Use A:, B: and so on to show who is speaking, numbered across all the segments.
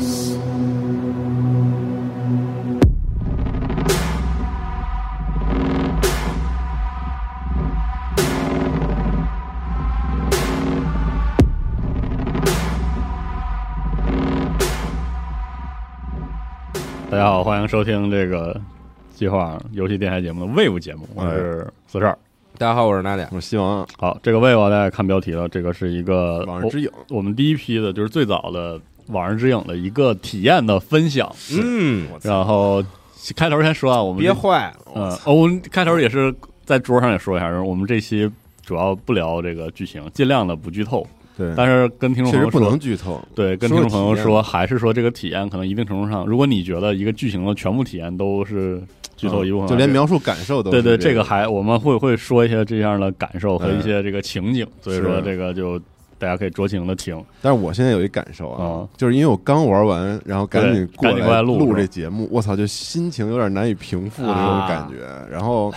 A: surprise.
B: Hello，大家好，欢迎收听这个计划游戏电台节目的 Wave 节目，
C: 哎
B: 我是四十二。
D: 大家好，我是娜姐。
C: 我是西王，
B: 好，这个 Wave 啊大家看标题了，这个是一个
C: 网上之影，
B: 我我们第一批的，就是最早的网上之影的一个体验的分享。
D: 嗯，
B: 然后开头先说啊，我们
D: 憋坏
C: 嗯
D: 了，
B: 呃，哦，我们开头也是在桌上也说一下，我们这期主要不聊这个剧情，尽量的不剧透，
C: 对，
B: 但是跟听众
C: 嗯
B: 朋
C: 确实
B: 友
C: 不
B: 说
C: 能。剧透，
B: 对，跟听众朋友
C: 说
B: 说，还是说这个体验可能一定程度上，如果你觉得一个剧情的全部体验都是剧透一部分，
C: 嗯
B: 啊
C: 就连描述感受都
B: 对
C: 是
B: 对，
C: 这嗯
B: 这个还我们会会说一些这样的感受和一些这个情景，所以说
C: 是啊
B: 这个就大家可以酌情的听。
C: 但是我现在有一感受啊
B: 嗯，
C: 就是因为我刚玩完，然后赶紧
B: 对赶紧过来
C: 来
B: 录是吧
C: 这节目，我操，就心情有点难以平复的那种
D: 啊
C: 感觉，然后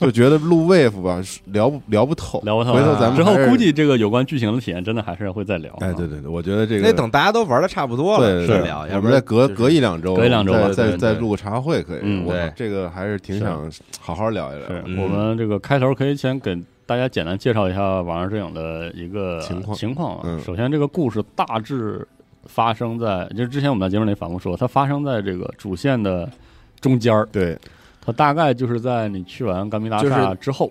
C: 就觉得录 wave 吧，聊不聊不透，
B: 聊啊
C: 回头咱们
B: 之后
C: 还是
B: 估计这个有关剧情的体验，真的还是会再聊。啊
C: 哎，对对对，我觉得这个
D: 那等大家都玩的差不多了，
C: 对
D: 再
C: 对
D: 聊，
C: 我
D: 要不
C: 们
D: 然
C: 再隔
D: 就是
C: 隔一两周，
B: 隔一两周
C: 再
B: 对
C: 再
B: 对
C: 再
D: 对
C: 录个茶会可以，
B: 嗯
C: 我
D: 对
C: 这个还是挺
B: 是
C: 想好好聊一聊
B: 是、
D: 嗯
B: 我们这个开头可以先给大家简单介绍一下《网上之影》的一个
C: 情况
B: 情况啊。
C: 嗯
B: 首先，这个故事大致发生在，就是之前我们在节目里反复说，它发生在这个主线的中间儿，
C: 对，
B: 它大概就是在你去完甘米大厦
D: 就是
B: 之后，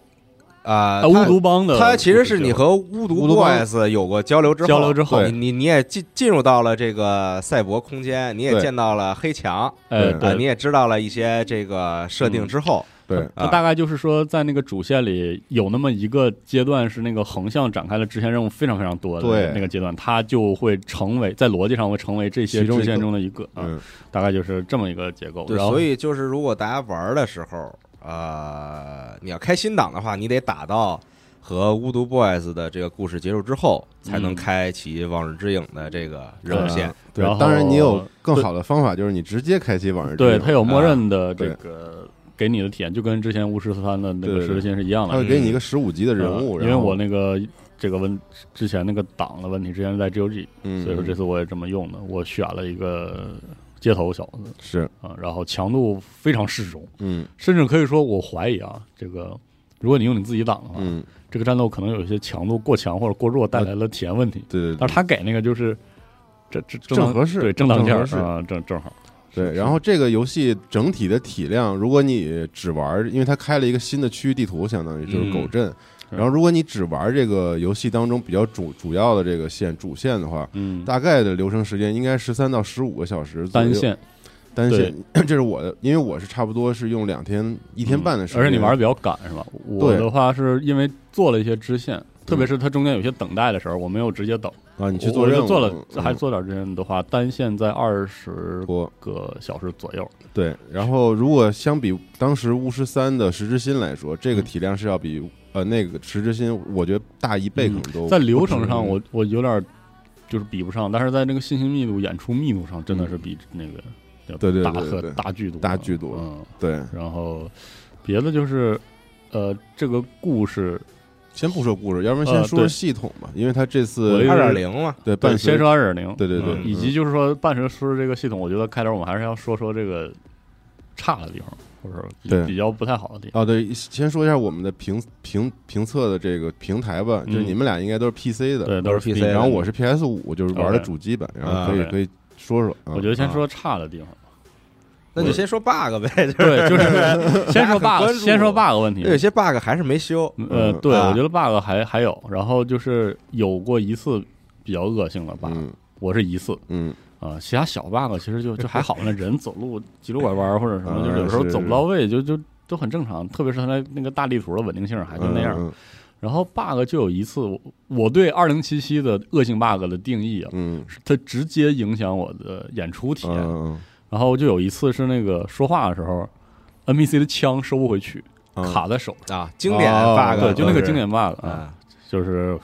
D: 啊，
B: 啊巫毒帮的故事结尾，
D: 它其实是你和巫毒
C: 巫毒帮
D: BOSS 有过交流之后，
B: 交流之后
D: 你你你也进进入到了这个赛博空间，你也
C: 对
D: 见到了黑墙，
B: 哎
C: 对嗯
D: 啊，
B: 对
D: 你也知道了一些这个设定之后，
C: 对，
B: 它大概就是说，在那个主线里有那么一个阶段是那个横向展开了支线任务非常非常多的
C: 对
B: 那个阶段，它就会成为在逻辑上会成为这些
C: 其中一
B: 支
C: 个
B: 线中的一个，啊，
C: 嗯，
B: 大概就是这么一个结构。
D: 对，
B: 然后
D: 所以就是如果大家玩的时候，呃，你要开新档的话，你得打到和巫毒 BOSS 的这个故事结束之后，才能
B: 嗯
D: 开启往日之影的这个任务
B: 对啊
D: 线。
C: 对
B: 然，后
C: 当然你有更好的方法，就是你直接开启网页之
B: 对
C: 影，
B: 它有默
D: 啊
B: 认的这
C: 对
B: 个给你的体验，就跟之前巫师三的那
C: 对
B: 个
C: 对
B: 实时线是一样
C: 它
B: 的
C: 会。给你一个十五级的人物，
B: 呃因
C: 然
B: 为
C: 后
B: 我那个这个问之前那个档的问题，之前是在 GOG，
C: 嗯，
B: 所以说这次我也这么用的，我选了一个街头小子
C: 是
B: 啊，然后强度非常适中。
C: 嗯
B: 甚至可以说，我怀疑啊，这个如果你用你自己挡的话，
C: 嗯，
B: 这个战斗可能有一些强度过强或者过弱带来了体验问题。
C: 对对对
B: 但是他给那个就是这这正
C: 正
B: 当
C: 合适
B: 对正当
C: 正
B: 价
C: 合
B: 儿
C: 适
B: 啊，正正好。
C: 对，然后这个游戏整体的体量，如果你只玩，因为它开了一个新的区域地图，相当于
B: 嗯
C: 就是狗镇。
B: 是
C: 然后，如果你只玩这个游戏当中比较主主要的这个线主线的话，
B: 嗯，
C: 大概的流程时间应该十三到十五个小时左右
B: 单线
C: 单线， 这是我的，因为我是差不多是用两天一
B: 一
C: 天半的时
B: 嗯
C: 间，
B: 而且你玩的比较赶是吧？我
C: 对
B: 的话是因为做了一些支线，特别是它中间有些等待的时候，我没有直接等，
C: 啊，你去
B: 我
C: 做
B: 我
C: 任
B: 就
C: 务
B: 做了
C: 嗯
B: 还做点支线的话，单线在二十
C: 多
B: 个小时左右。
C: 对，然后如果相比当时巫师三的十之心来说，这
B: 嗯
C: 个体量是要比呃那个十之心，我觉得大一倍可能都、
B: 嗯在流程上
C: 不
B: 我
C: 止，嗯
B: 我有点儿就是比不上，但是在那个信息密度、演出密度上，真的是比那个要
C: 嗯对对
B: 大
C: 对
B: 和
C: 对
B: 大剧毒
C: 大剧毒
B: 嗯，
C: 对，
B: 然后别的就是呃，这个故事
C: 先不说故事，要不然
B: 呃
C: 先说
B: 对
C: 说系统吧，因为它这
B: 我
C: 次
B: 也
D: 二点零嘛，
C: 对伴随
B: 先说二点零，
C: 对对对
B: 嗯
C: 嗯
B: 以及就是说伴随说这个系统，我觉得开头我们还是要说说这个差的地方，或者
C: 对
B: 说比较不太好的地方。
C: 哦对，先说一下我们的评评评测的这个平台吧，就是
B: 嗯
C: 你们俩应该都是 PC 的，
B: 对，都是
D: PC
B: 的
C: 然后我是 PS 五，就是玩的
B: OK 啊
C: 主机版，然后可以
B: OK
C: 可以说说，啊
B: 我觉得先说差的地方，
D: 那就先说 bug 呗，就是
B: 对，就是 先说
D: 大家很
B: bug，
D: 关注
B: 先说 bug 问题。
D: 有些 bug 还是没修。
B: 呃，
C: 嗯
B: 对，
D: 啊
B: 我觉得 bug 还还有，然后就是有过一次比较恶性的 bug，、
C: 嗯
B: 我是一次
C: 嗯
B: 啊、其他小 bug 其实就就还好，那人走路急溜拐弯儿或者什么，
C: 啊
B: 就是有时候
C: 是
B: 走不到位，就就都很正常。特别是它那那个大地图的稳定性还就那样。
C: 嗯
B: 然后 bug 就有一次，我我对二零七七的恶性 bug 的定义啊，
C: 嗯
B: 是它直接影响我的演出体
C: 嗯
B: 验。
C: 嗯
B: 然后就有一次是那个说话的时候，NPC 的枪收不回去，
C: 嗯
B: 卡在手。
D: 啊，经典
C: 哦
D: bug，、
B: 对，就那个
C: 就是
B: 经典 bug 啊，
D: 啊，
B: 就是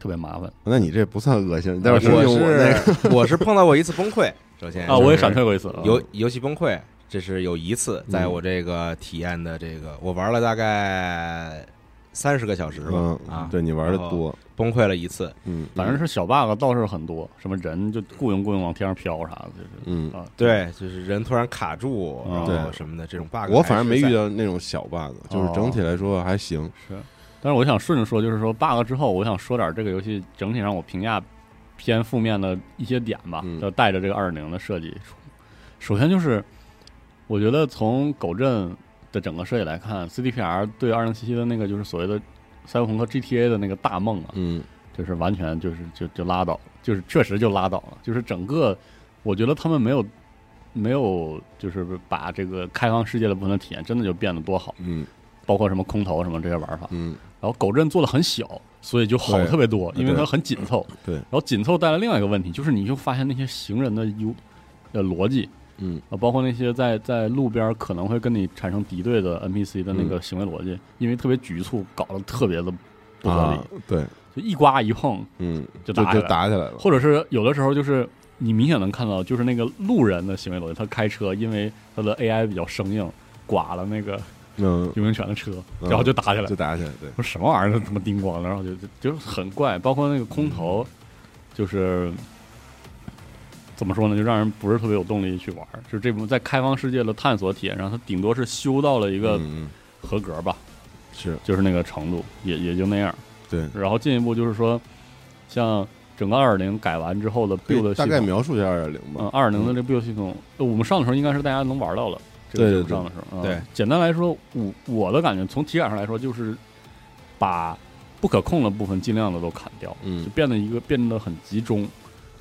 B: 特别麻烦
C: 那你这不算恶心，但
D: 我
C: 嗯是我那
D: 是 我是碰到过一次崩溃，首
B: 啊！
D: 先哎就是
B: 我也闪退过一次，啊
D: 游游戏崩溃，这是有一次，在我这个体验的这个，我玩了大概三十个小时吧，
C: 嗯
D: 啊
C: 对你玩的多，
D: 崩溃了一次。
C: 嗯，
B: 反正是小 bug 倒是很多，什么人就雇佣雇佣往天上飘啥的，就是
C: 嗯，
B: 啊，
D: 对，就是人突然卡住，
B: 嗯
D: 然后
C: 对
D: 什么的这种 bug，
C: 我反正没遇
D: 还是在。
C: 到那种小 bug，就是整
B: 哦
C: 体来说还行。
B: 但是我想顺着说，就是说 bug 之后，我想说点这个游戏整体让我评价偏负面的一些点吧，
C: 嗯
B: 就带着这个二点零的设计。首先就是，我觉得从狗镇的整个设计来看，CDPR 对二零七七的那个就是所谓的赛博朋克 GTA 的那个大梦啊，
C: 嗯
B: 就是完全就是就就拉倒，就是确实就拉倒了，就是整个我觉得他们没有没有就是把这个开放世界的部分的体验真的就变得多好，
C: 嗯
B: 包括什么空投什么这些玩法，
C: 嗯，
B: 然后狗镇做的很小，所以就好
C: 对
B: 特别多，因为它
C: 对
B: 很紧凑。
C: 对
B: 然后紧凑带来另外一个问题，就是你就发现那些行人的优呃逻辑，
C: 嗯
B: 啊，包括那些在在路边可能会跟你产生敌对的 NPC 的那
C: 嗯
B: 个行为逻辑，因为特别局促，搞得特别的不合理，
C: 啊，对，
B: 就一刮一碰，
C: 嗯，
B: 就
C: 就
B: 打起来
C: 就打起来了，
B: 或者是有的时候就是。你明显能看到，就是那个路人的行为逻辑，他开车，因为他的 AI 比较生硬，剐了那个
C: 嗯，
B: 游泳犬的车，
C: 嗯
B: 然后就打起来了
C: 就。打起来，对，
B: 我说什么玩意儿，他妈叮咣的，然后就就就是很怪，包括那个空
C: 嗯
B: 投，就是怎么说呢，就让人不是特别有动力去玩儿。就这部在开放世界的探索体验上，它顶多是修到了一个
C: 嗯嗯
B: 合格吧，
C: 是
B: 就是那个程度，也也就那样。
C: 对。
B: 然后进一步就是说，像整个二点零改完之后的
C: 可以
B: build 系
C: 大概
B: 统，
C: 描述一下二点零
B: 嗯
C: 吧，，
B: 二点零的这 build 系统，呃我们上的时候应该是大家能玩到了。这
C: 对
B: 个节目
C: 对对
B: 上的时候，嗯
D: 对
B: 简单来说，我我的感觉从体感上来说，就是把不可控的部分尽量的都砍掉，
C: 嗯
B: 就，变得一个变得很集中。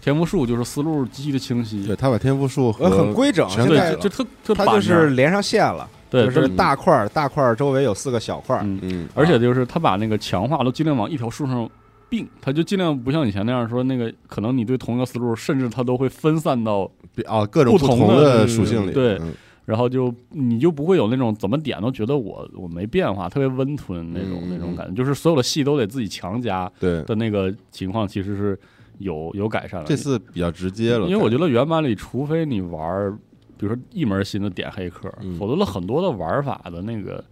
B: 天赋树就是思路极其的清晰，
C: 对，他把天赋树和
D: 呃，很规整，
C: 全
D: 现
C: 对
D: 在
C: 改
B: 就就特特
D: 它
B: 板正
D: 就是连上线了，
B: 对，
D: 就是
B: 这
D: 大块儿，大块儿周围有四个小块儿，
B: 嗯，
C: 嗯，
B: 而且就是他把那个强化都尽量往一条树上并，他就尽量不像以前那样说那个，可能你对同一个思路，甚至它都会分散到，
C: 比啊各种
B: 不
C: 不
B: 同
C: 同
B: 的
C: 的属性里，
B: 对
C: 嗯
B: 然后就你就不会有那种怎么点都觉得我我没变化，特别温吞那种
C: 嗯
B: 那种感觉，就是所有的戏都得自己强加
C: 对，
B: 的那个情况，其实是有有改善了。
C: 这次比较直接了，
B: 因为我觉
C: 得
B: 得原版里，除非你玩儿，比如说一门心思点黑客，
C: 嗯
B: 否则的很多的玩法的那个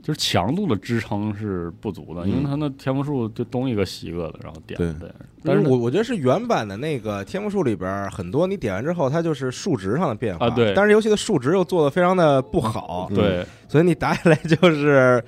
B: 就是强度的支撑是不足的，
C: 嗯
B: 因为它那天赋树就东一个西一个的，然后点
C: 对
B: 对。
D: 但
B: 但
D: 是
B: 是
D: 我我觉得是原版的那个天赋树里边儿，很多你点完之后，它就是数值上的变化。
B: 啊对
D: 但是游戏的数值又做的非常的不好，
B: 嗯对
D: 所以你打起来就是，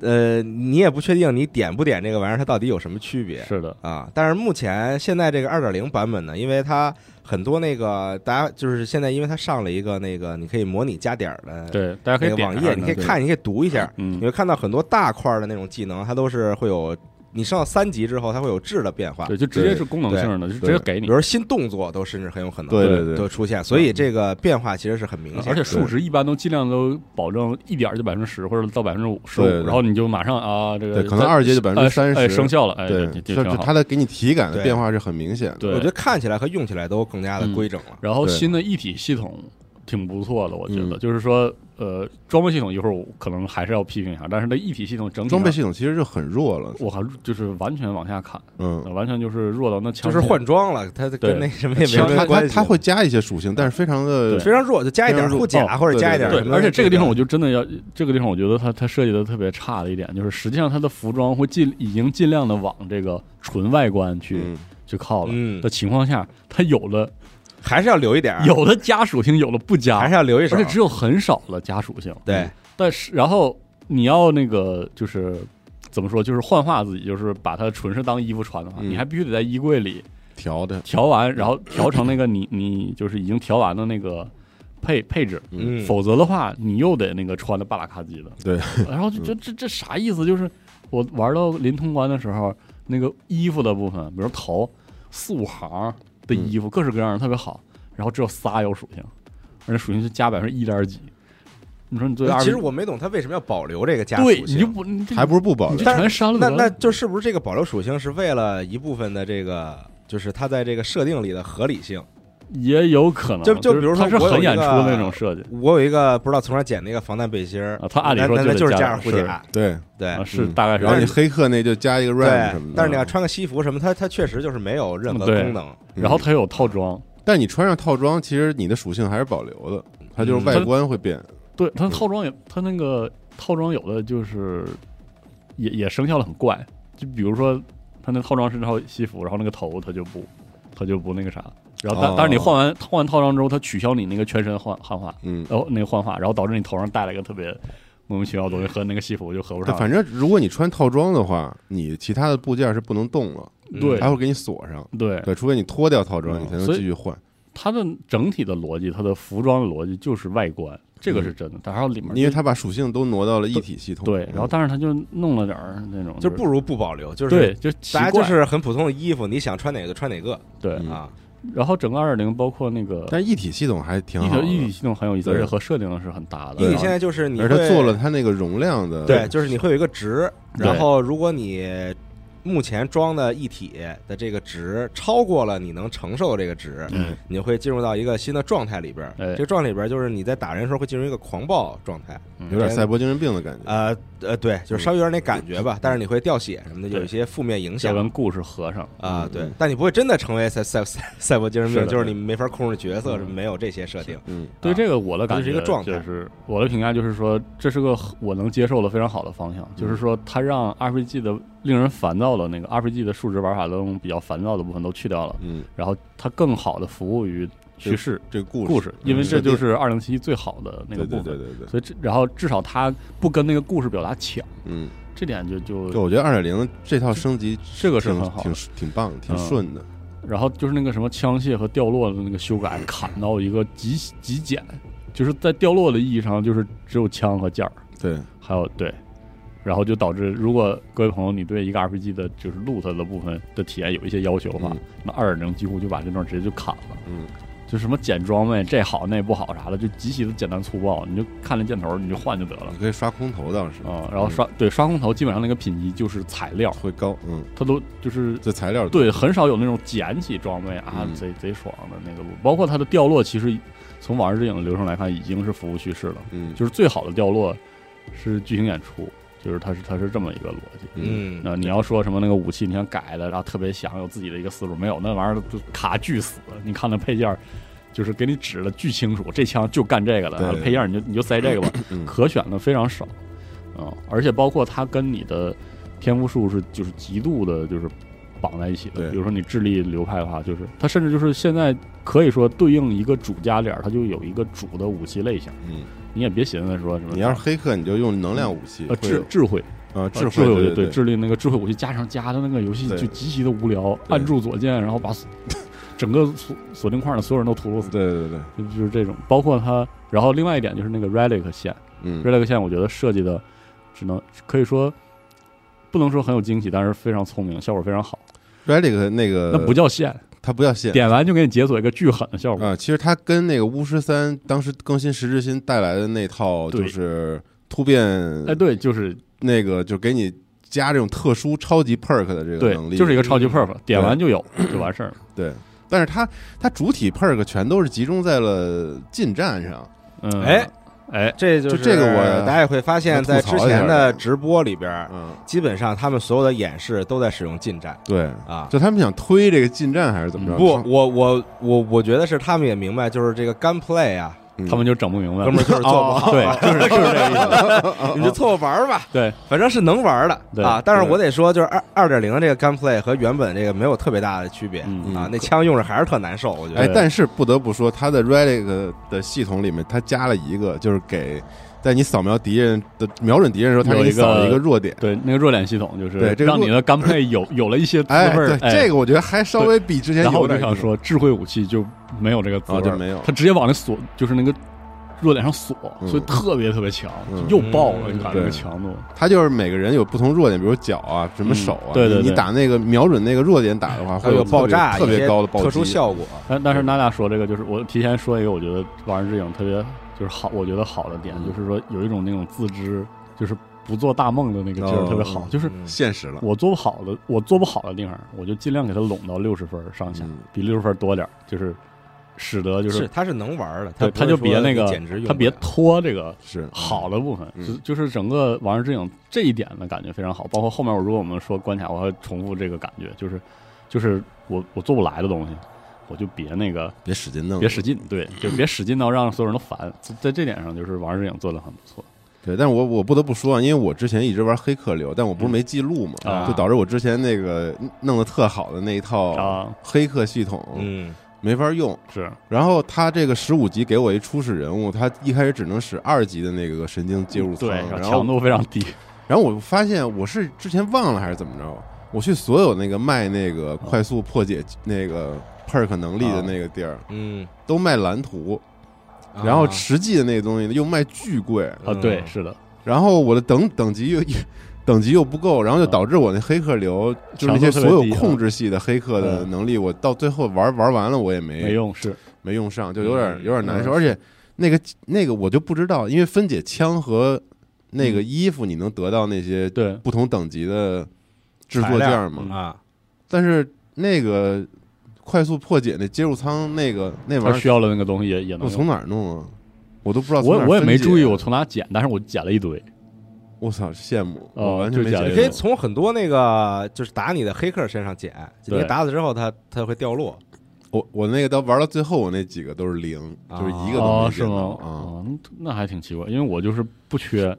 D: 呃，你也不确定你点不点这个玩意儿，它到底有什么区别
B: 是的，
D: 啊？但是目前现在这个二点零版本呢，因为它很多那个大家就是现在，因为它上了一个那个你可以模拟加点儿的
B: 对，大家可
D: 那
B: 以
D: 个
B: 点
D: 网
B: 开
D: 页，你可以
C: 对
D: 看，你可以读一下，你
B: 嗯，
D: 会看到很多大块儿的那种技能，它都是会有。你上到三级之后，它会有质的变化，
B: 对，就直接是功能性的，就直接给
D: 比
B: 你
D: 如。说新动作都甚至很有可能
C: 对
B: 对嗯
C: 对
D: 都出现，所以这个变化其实是很明显的。
B: 而且数值一般都尽量都保证一点儿就百分之十或者到百分之五十五，
C: 对对对
B: 然后你就马上啊这个
C: 对可能二阶就30%
B: 哎生效了，哎，
C: 对
B: 就，就
C: 就是
B: 挺好
C: 它。的给你体感的
D: 对
C: 变化是很明显的，
B: 对嗯
D: 我觉得看起来和用起来都更加的规整了。
B: 然后
C: 对
B: 新的一体系统挺不错的，我觉得，
C: 嗯
B: 就是说，呃，装备系统一会儿我可能还是要批评一下，但是那一体系统整体
C: 装备
B: 上，
C: 系统其实就很弱了，
B: 我靠，就是完全往下砍，
C: 嗯，
B: 完全就是弱到那枪
D: 就是换装了，它跟那什么也没
C: 它
D: 有
C: 它它
D: 关系。
C: 它会加一些属性，但是非常的
B: 对
D: 非常弱，就加一点护
C: 非
D: 甲
C: 常弱
D: 或者加一点
C: 对
B: 哦对
D: 什么。，
B: 而且这个地方我就真的要，这个地方我觉得它它设计的特别差的一点，就是实际上它的服装会尽已经尽量的往这个纯外观去、
C: 嗯
B: 去靠了
D: 嗯
B: 的情况下，它有的
D: 还是要留一点儿，
B: 有的加属性，有的不加，
D: 还是要留一手
B: 而且。只有很少的加属性。嗯
D: 对，
B: 但是然后你要那个就是怎么说，就是幻化自己，就是把它纯是当衣服穿的话，
C: 嗯
B: 你还必须得在衣柜里
C: 调的，
B: 调完，然后调成那个你你就是已经调完的那个配配置。
D: 嗯，
B: 否则的话，你又得那个穿的巴拉咔叽的，
C: 对，
B: 然后就这这这啥意思？就是我玩到临通关的时候，那个衣服的部分，比如头四五行的衣服，各式各样的特别好，然后只有仨有属性，而且属性就加百分之一点几。你说你作为二
D: 其实我没懂他为什么要保留这个加属
B: 对，
D: 性。
B: 你就不你这
C: 还不是不保
B: 你
C: 留
B: 就，
D: 但是
B: 全删了
D: 那
B: 得
D: 那
B: 了。
D: 就是不是这个保留属性是为了一部分的这个，就是它在这个设定里的合理性？
B: 也有可能，
D: 就
B: 就
D: 就比如说
B: 它是
D: 我有
B: 很
D: 一
B: 演出
D: 个
B: 的那种设计
D: 我有一个不知道从哪儿捡的一个防弹背心儿
B: 啊它按理说
D: 那那那
B: 就
D: 就
B: 得加
D: 是加上护
B: 是
D: 甲，
C: 对，
D: 对
B: 啊，是
C: 嗯
B: 大概是
C: 然后
B: 这
C: 你
B: 样。
C: 黑客那就加一个 RAM 什么的，嗯
D: 但是你要穿个西服什么，它它确实就是没有任何
B: 对
D: 功能。
B: 然后它有套装，
C: 但你穿上套装，其实你的属性还是保留的，它就是
D: 嗯
C: 外
B: 它
C: 观会变，
B: 对它套装也，它那个套装有的就是也也生效的很怪。就比如说他那套装是套西服，然后那个头他就不他就不那个啥，然后但、
C: 哦
B: 但是你换完换完套装之后，他取消你那个全身换汉化，
C: 嗯，
B: 哦那个幻化，然后导致你头上戴了一个特别莫名其妙的东西，和那个西服就合不
C: 但
B: 上。
C: 反正如果你穿套装的话，你其他的部件是不能动了，
B: 对
C: 它会给你锁上。
B: 对
C: 对，除非你脱掉套装，
B: 嗯
C: 你才能
B: 所以
C: 继续换。
B: 它的整体的逻辑，它的服装的逻辑就是外观，这
D: 嗯
B: 个是真的。但还有里面
C: 因为它把属性都挪到了一体系统。
B: 对，然后
C: 嗯
B: 但是它就弄了点儿那种，
D: 就是不如不保留，就是
B: 对，就奇
D: 大家
B: 怪
D: 就是很普通的衣服，你想穿哪个穿哪个
B: 对。
C: 嗯
D: 啊。
B: 然后整个二点零包括那个
C: 但一体系统还挺
B: 一
C: 好
B: 体
C: 的，
B: 一体系统很有意思，
C: 对
B: 而且和设定的是很搭的。
D: 因为
B: 然
D: 你
B: 后
D: 现在就是你
C: 啊而它
D: 会
C: 做了它那个容量的
D: 对，就是你会有一个值，
B: 对
D: 然后如果你目前装的一体的这个值超过了你能承受的这个值，
B: 嗯
D: 你会进入到一个新的状态里边儿。
B: 哎
D: 这个状态里边儿就是你在打人的时候会进入一个狂暴状态，
C: 有点赛博精神病的感
B: 啊
C: 觉。
D: 呃呃，对，
C: 嗯
D: 就是稍微有点那感觉吧，但是你会掉血什么的，
B: 对
D: 有一些负面影
B: 要
D: 响。
B: 跟故事合上，
D: 啊，对
C: 嗯，
D: 但你不会真的成为赛赛赛赛博精神
B: 是
D: 病，
B: 的
D: 就是
B: 是
D: 你没法控制角色，
B: 嗯
D: 什么没有这些设定。
C: 嗯，
B: 对
D: 啊
B: 这个我的感
D: 它就
B: 觉
D: 是一个状态
B: 就是我的评价就是说，这是个很我能接受的非常好的方
C: 嗯
B: 向，就是说它让 RPG 的令人烦躁的那个 RPG 的数值玩法的那种比较烦躁的部分都去掉了，
C: 嗯，
B: 然后它更好的服务于叙事
C: 这个故
B: 故
C: 事
B: 事，因为这就
C: 嗯设
B: 是二零七最好的那个
C: 定
B: 部
C: 对
B: 分。
C: 对对对对，
B: 所以这然后至少它不跟那个故事表达抢，
C: 嗯，
B: 这点就
C: 对，
B: 就
C: 我觉得二点零这套升级
B: 这个是
C: 挺
B: 很好的
C: 挺。挺棒，挺
B: 嗯
C: 顺的。
B: 然后就是那个什么枪械和掉落的那个修改，砍到一个极极简，就是在掉落的意义上，就是只有枪和剑儿，
C: 对，
B: 还有对，然后就导致如果各位朋友你对一个 RPG 的就是 loot 的部分的体验有一些要求的话，
C: 嗯
B: 那二点零几乎就把这段直接就砍了。
C: 嗯，
B: 就什么捡装备，这好那不好啥的，就极其的简单粗暴，你就看那箭头你就换就得了
C: 你可以刷空投倒是
B: 啊、然后刷对刷空投，基本上那个品级就是材料，
C: 会高，嗯，
B: 它都就是
C: 这材料
B: 对，很少有那种捡起装备啊
C: 嗯
B: 贼贼爽的那个路。包括它的掉落，其实从《往日之影》的流程来看，已经是服务叙事了。
C: 嗯，
B: 就是最好的掉落是剧情演出，就是它是它是这么一个逻辑。
C: 嗯
D: 嗯，
B: 呃那你要说什么那个武器，你想改了，然后特别想有自己的一个思路，没有那玩意儿就卡巨死。你看那配件儿，就是给你指的巨清楚，这枪就干这个的，
C: 对
B: 然后配件儿你就你就塞这个吧，
C: 嗯
B: 可选的非常少啊、嗯而且包括它跟你的天赋数是就是极度的，就是绑在一起
C: 对
B: 的。比如说你智力流派的话，就是它甚至就是现在可以说对应一个主加点儿，它就有一个主的武器类型，
C: 嗯，
B: 你也别寻思说什么。
C: 你要是黑客，你就用能量武器，
B: 呃
C: 会
B: 智
C: 有
B: 智慧。
C: 啊
B: 智
C: 智慧
B: 武器
C: 对
B: 智力那个智慧武器加上加的那个游戏
C: 对
B: 就极其的无聊，按住左键，然后把所 整个锁锁定框的所有人都屠戮死，
C: 对对对，
B: 就就是这种。包括它，然后另外一点就是那个 relic 线
C: 嗯，
B: ，relic 线我觉得设计的只能可以说不能说很有惊喜，但是非常聪明，效果非常好。
C: relic 那个
B: 那不叫线，
C: 它不叫线
B: 点完就给你解锁一个巨狠的效果。
C: 啊，其实它跟那个巫师三当时更新十之心带来的那套
B: 对
C: 就是突变
B: 哎，对，就是
C: 那个就给你加这种特殊超级 perk 的这个
B: 对
C: 能，力，嗯
B: 就是一个超级 perf，点完就有就完事儿了。
C: 对。但是它它主体 perk 全都是集中在了近战上，
B: 嗯，
D: 哎
B: 哎，
D: 这就
C: 就是这个我
D: 大家也会发现，在之前的直播里边儿，
C: 嗯，
D: 基本上他们所有的演示都在使用近战
C: 对，
D: 啊。
C: 就他们想推这个近战还是怎么着？
B: 嗯
D: 不，我我我我觉得是他们也明白，就是这个 gun play 啊，
C: 嗯
B: 他们就整不明白了，
D: 哥们儿就是做不
B: 哦
D: 好，
B: 对，就是就是这个意 思。
D: 你就凑合玩儿吧，
B: 对，
D: 反正是能玩儿的
B: 对
D: 啊。但是我得说，就是二二点零的这个 gun play 和原本这个没有特别大的区别
B: 嗯
D: 啊，那枪用着还是特难受，我觉得
C: 哎，
B: 对
C: 但是不得不说，它的 relic 的系统里面，它加了一个，就是给在你扫描敌人的瞄准敌人的时候，它给你
B: 有一个
C: 扫一个弱点。
B: 对，那个弱点系统就是
C: 对这个
B: 让
C: 弱
B: 你的干配 有有了一些滋味
C: 哎，
B: 儿。
C: 对，
B: 哎
C: 这个我觉得还稍微比之前
B: 然后
C: 有
B: 我就
C: 点
B: 想
C: 意思，
B: 说，智慧武器就没有这个滋味
C: 啊，
B: 儿，
C: 就没有
B: 它，直接往那锁，就是那个弱点上锁，
C: 嗯
B: 所以特别特别强，
C: 嗯
B: 就又爆了，
D: 嗯
B: 就感觉那
C: 对
B: 个强度。
C: 它就是每个人有不同弱点，比如脚啊，什么手啊，
B: 嗯对对
C: 你
B: 对
C: 你打那个瞄准那个弱点打的话，
D: 还
C: 会
D: 有
C: 特别
D: 爆炸，
C: 特
D: 一些
C: 别高的暴击嗯
D: 特殊效果。
B: 但但是娜娜说这个，就是我提前说一个，我觉得《玩之影》特别就是好，我觉得好的点
C: 嗯
B: 就是说有一种那种自知，就是不做大梦的那个劲儿
C: 哦
B: 特别好，就是
D: 嗯
C: 现实了。
B: 我做不好的，我做不好的地方，我就尽量给它拢到六十分儿上下
C: 嗯，
B: 比六十分儿多点儿，就是使得就是
D: 是，他是能玩儿的，
B: 对，
D: 不
B: 他
D: 是
B: 就别
D: 说
B: 那个
D: 简直，用
B: 他别
D: 不了
B: 拖这个
C: 是
B: 好的部分，
C: 嗯
B: 就就是整个《王者之影》这一点的感觉非常好。包括后面我如果我们说关卡，我还重复这个感觉，就是就是我我做不来的东西，我就别那个
C: 别使劲弄，嗯
B: 别使劲，对，就别使劲到让所有人都烦。在在这点上，就是《王者之影》做的很不错。
C: 对，但我我不得不说啊，因为我之前一直玩黑客流，但我不是没记录嘛，
D: 嗯
B: 啊
C: 就导致我之前那个弄得特好的那一套
B: 啊，
C: 黑客系统
D: 嗯
C: 没法用。
B: 是
C: 然后他这个十五级给我一初始人物，他一开始只能使二级的那个神经接
D: 嗯
C: 入舱，
B: 对，
C: 然后
B: 强度非常低，
C: 然后我发现我是之前忘了还是怎么着，我去所有那个卖那个快速破解那个 perk 能力的那个地儿
D: 嗯，
C: 都卖蓝图，然后
D: 啊嗯
C: 实际的那个东西呢又卖巨贵，
B: 啊，对，是的，
C: 然后我的等等级又 等级又不够，然后就导致我那黑客流就是那些所有控制系的黑客的能力，我到最后玩玩完了我也没
B: 没用，是
C: 没用上，就有点
D: 嗯
C: 有点难受，
B: 嗯
C: 而且那个那个我就不知道，因为分解枪和那个衣服你能得到那些
B: 对，
C: 不同等级的制作
D: 材
C: 件
D: 料
C: 儿嘛，
B: 嗯
D: 啊，
C: 但是那个快速破解那接入舱那个那
B: 他
C: 玩意
B: 需
C: 儿，
B: 要了那个东西也也
C: 我
B: 能用。
C: 从哪儿弄啊？我都不知道从哪
B: 我
C: 儿
B: 我也没
C: 分解啊
B: 注意我从哪捡，但是我捡了一堆，
C: 我操，羡慕！
B: 哦
C: 我完全
B: 就
C: 没
B: 假
C: 见
B: 的
D: 你
C: 过
D: 可以从很多那个就是打你的黑客身上捡，就你
B: 对
D: 打死之后它它会掉落，
C: 我我那个到玩到最后，我那几个都是零，
D: 啊
C: 就是一个都
B: 哦，
C: 没
B: 是
C: 见到
B: 吗？
C: 啊。
B: 哦，那还挺奇怪，因为我就是不缺，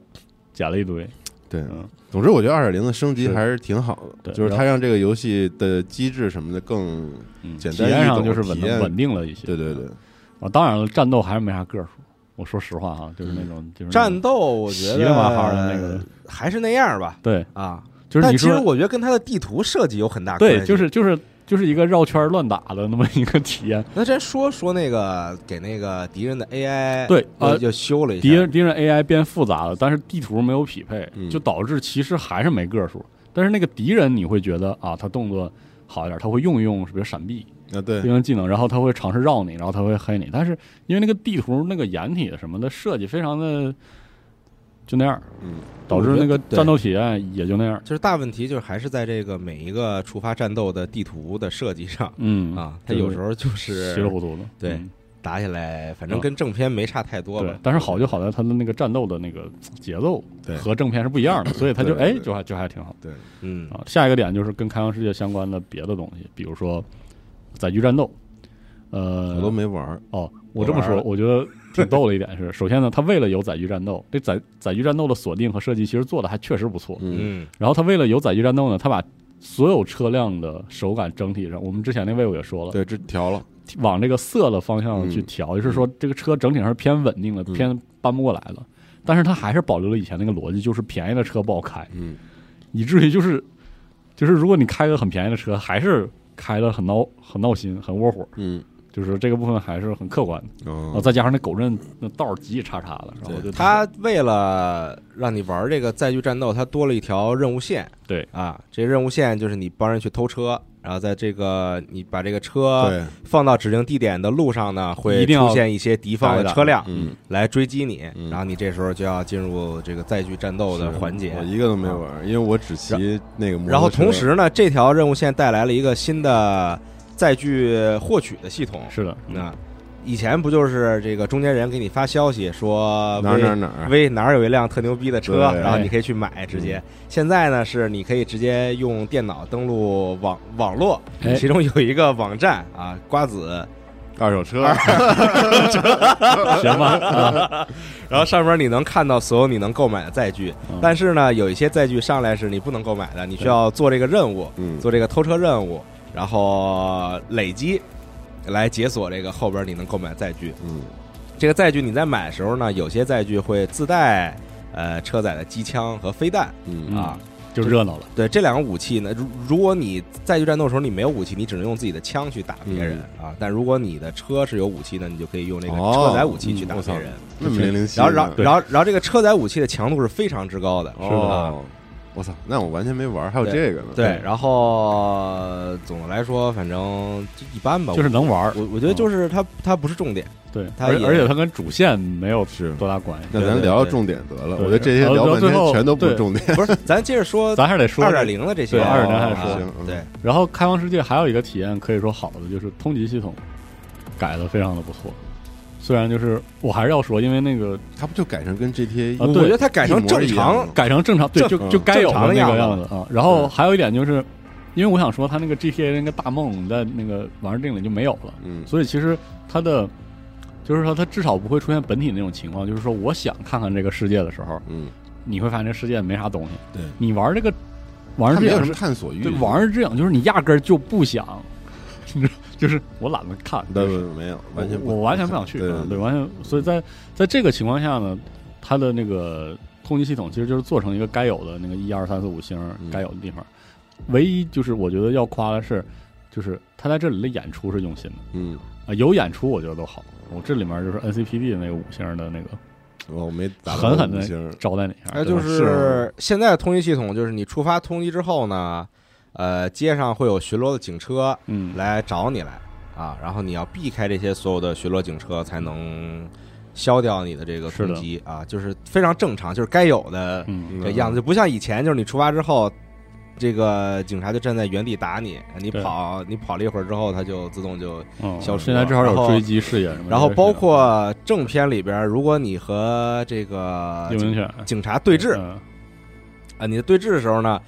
B: 捡了一堆，
C: 对
B: 嗯，
C: 总之我觉得二点零的升级
B: 是
C: 还是挺好的，
B: 对
C: 就是
B: 然
C: 它让这个游戏的机制什么的更
B: 嗯，
C: 简
B: 体
C: 单
B: 验
C: 易
B: 上
C: 懂
B: 就是
C: 体
B: 稳
C: 验
B: 稳定了一些。
C: 对对对，
B: 啊，当然了，战斗还是没啥个数。我说实话哈，就是那
C: 嗯
B: 种就是那
D: 战
B: 种
D: 斗我觉
B: 习
D: 得
B: 了吧好像那个
D: 还是那样吧
B: 对，
D: 啊，
B: 就是
D: 但
B: 你
D: 其实
B: 说
D: 我觉得跟它的地图设计有很大关系，
B: 对，就是就是就是一个绕圈乱打的那么一个体验。
D: 那咱说说那个给那个敌人的 AI
B: 对
D: 又
B: 呃
D: 又修了一下，
B: 敌人敌人 AI 变复杂了，但是地图没有匹配
C: 嗯，
B: 就导致其实还是没个数。但是那个敌人你会觉得啊，他动作好一点，他会用一用，比如闪避
C: 啊对
B: 对应技能，然后他会尝试绕你，然后他会黑你。但是因为那个地图那个掩体什么的设计非常的就那样，
C: 嗯，
B: 导致那个战斗体验也就那样。
D: 就是大问题就是还是在这个每一个触发战斗的地图的设计上
B: 嗯
D: 啊，它有时候就
B: 稀里
D: 是
B: 糊涂的。
D: 对
B: 嗯
D: 打起来，反正跟正片没差太多
B: 对
D: 吧，，
B: 但是好就好在它的那个战斗的那个节奏
C: 对
B: 和正片是不一样 的，所以它就
C: 对对
B: 哎
C: 对
B: 就还就还挺好
C: 对，
D: 嗯
B: 啊。下一个点就是跟开放世界相关的别的东西，比如说载具战斗，呃
C: 我，都没玩儿，
B: 哦，我这么
D: 我玩
B: 说，
D: 了
B: 我觉得挺逗的一点是， 首先呢，它为了有载具战斗，这载载具战斗的锁定和设计其实做的还确实不错。
C: 嗯
D: 嗯
B: 然后它为了有载具战斗呢，它把所有车辆的手感整体上，我们之前那位我也说了，
C: 对，这调了，
B: 往这个色的方向去
C: 嗯
B: 调，也就是说这个车整体上是偏稳定的，
C: 嗯
B: 偏搬不过来了。但是它还是保留了以前那个逻辑，就是便宜的车不好开，
C: 嗯，
B: 以至于就是就是如果你开个很便宜的车，还是开的很闹很闹心，很窝火。
C: 嗯，
B: 就是这个部分还是很客观的，然后
C: 哦，
B: 再加上那狗阵那道儿急急叉叉的，然后我就
D: 他为了让你玩这个载具战斗，他多了一条任务线。
B: 对
D: 啊，这任务线就是你帮人去偷车，然后在这个你把这个车
C: 对，
B: 啊
D: 放到指定地点的路上呢，会
B: 一定要
D: 出现一些敌方
B: 打一
D: 的
B: 打
D: 车辆
C: 嗯，
D: 来追击你，
C: 嗯
D: 然后你这时候就要进入这个载具战斗的
C: 是
D: 环节啊
C: 我。一个都没玩儿，因为我只骑那个摩托车，
D: 然后同时呢，这条任务线带来了一个新的载具获取的系统。
B: 是的，
D: 那以前不就是这个中间人给你发消息说
C: 哪儿
D: 微
C: 哪儿哪儿，
D: 微哪儿有一辆特牛逼的车，
C: 对嗯
D: 然后你可以去买直接。现在呢是你可以直接用电脑登录网网络，
B: 哎
D: 其中有一个网站啊，瓜子，
C: 二手车，
D: 啊
B: 行吧， 啊
D: 然后上面你能看到所有你能购买的载具，
C: 哦
B: 嗯
D: 但是呢有一些载具上来是你不能购买的，你需要做这个任务，
C: 嗯，
D: 做这个偷车任务，然后累积。来解锁这个后边你能购买载具，
C: 嗯，
D: 这个载具你在买的时候呢，有些载具会自带呃车载的机枪和飞弹
C: 嗯
B: 嗯
D: 啊，
B: 就热闹了，
D: 对这两个武器呢，如如果你在去战斗的时候你没有武器，你只能用自己的枪去打别人、啊。但如果你的车是有武器呢，你就可以用那个
C: 嗯哦
D: 车载武器去
C: 嗯
D: 打
C: 我
D: 别
C: 操
D: 人。
C: 那么零零七，
D: 然后，然后，
B: 对
D: 然后，然后这个车载武器的强度是非常之高的。啊
B: 是的
C: 哦，我操，那我完全没玩儿，还有
D: 对
C: 这个呢，
D: 对
B: 对，
D: 然后总的来说，反正就一般吧。
B: 就是能玩儿，嗯
D: 我，我我觉得就是它它不是重点。
B: 对，
D: 他
B: 而
D: 也
B: 而且它跟主线没有
C: 是
B: 多大关系，
C: 那
D: 对
C: 咱
D: 对
C: 聊聊
D: 对
C: 重点得了，
B: 对
C: 我觉得这些
B: 然后
C: 聊
B: 到
C: 半
B: 最
C: 天
B: 后
C: 全都不是
B: 对
C: 重点。
D: 不是，咱接着说
B: 咱还是得说
D: 二点零的这些。
B: 对2.0还是
D: 啊
C: 说行
D: 对，
B: 然后开放世界还有一个体验可以说好的就是通缉系统改的非常的不错，虽然就是我还是要说，因为那
D: 嗯
B: 个
C: 他不就改成跟 GTA
B: 啊
D: 我
B: 对
D: 觉得它改成正常，
B: 改成正常对
D: 正
B: 就
C: 嗯
B: 就该有的那个
D: 正常
B: 样
D: 的
B: 子啊。然后还有一点就是，因为我想说他那个 GTA 那个大梦在那个玩意儿定里就没有了，
C: 嗯
B: 所以其实它的就是说它至少不会出现本体那种情况，就是说我想看看这个世界的时候，
C: 嗯，
B: 你会发现这世界没啥东西。
A: 对
B: 你玩这个玩
C: 他
B: 这
C: 没有
B: 样
C: 什
B: 是
C: 么探索欲
B: 对，，玩是这样，就是你压根儿就不想，就是我懒得看，
C: 对对没有，完全不
B: 我我完全不想去，
C: 对
B: 嗯对，完全，所以在在这个情况下呢，它的那个通缉系统其实就是做成一个该有的那个一二三四五星儿
C: 嗯
B: 该有的地方，唯一就是我觉得要夸的是，就是他在这里的演出是用心的
C: 嗯，
B: 啊、有演出我觉得都好，我这里面就是 NCPD 那个五星儿的那个
C: 我没打
B: 狠狠的
C: 五星儿，
B: 招待你一下，
D: 那哎就
C: 对
D: 是现在的通缉系统，就是你触发通缉之后呢，呃，街上会有巡逻的警车
B: 嗯，
D: 来找你来啊，然后你要避开这些所有的巡逻警车，才能消掉你的这个
B: 是
D: 通
B: 的
D: 缉啊，就是非常正常，就是该有的
B: 嗯，
D: 这样子，就不像以前，就是你触发之后。这个警察就站在原地打你，你
B: 对
D: 跑，你跑了一会儿之后，他就自动就
B: 嗯，
D: 消失
B: 现在
D: 了
B: 至少
D: 然后
B: 有追击视野什么的，
D: 然后
B: 这些
D: 包括正片里边，如果你和这个
B: 幽
D: 警
B: 冥犬
D: 警察啊对峙
B: 嗯
D: 啊，你的对峙的时候呢，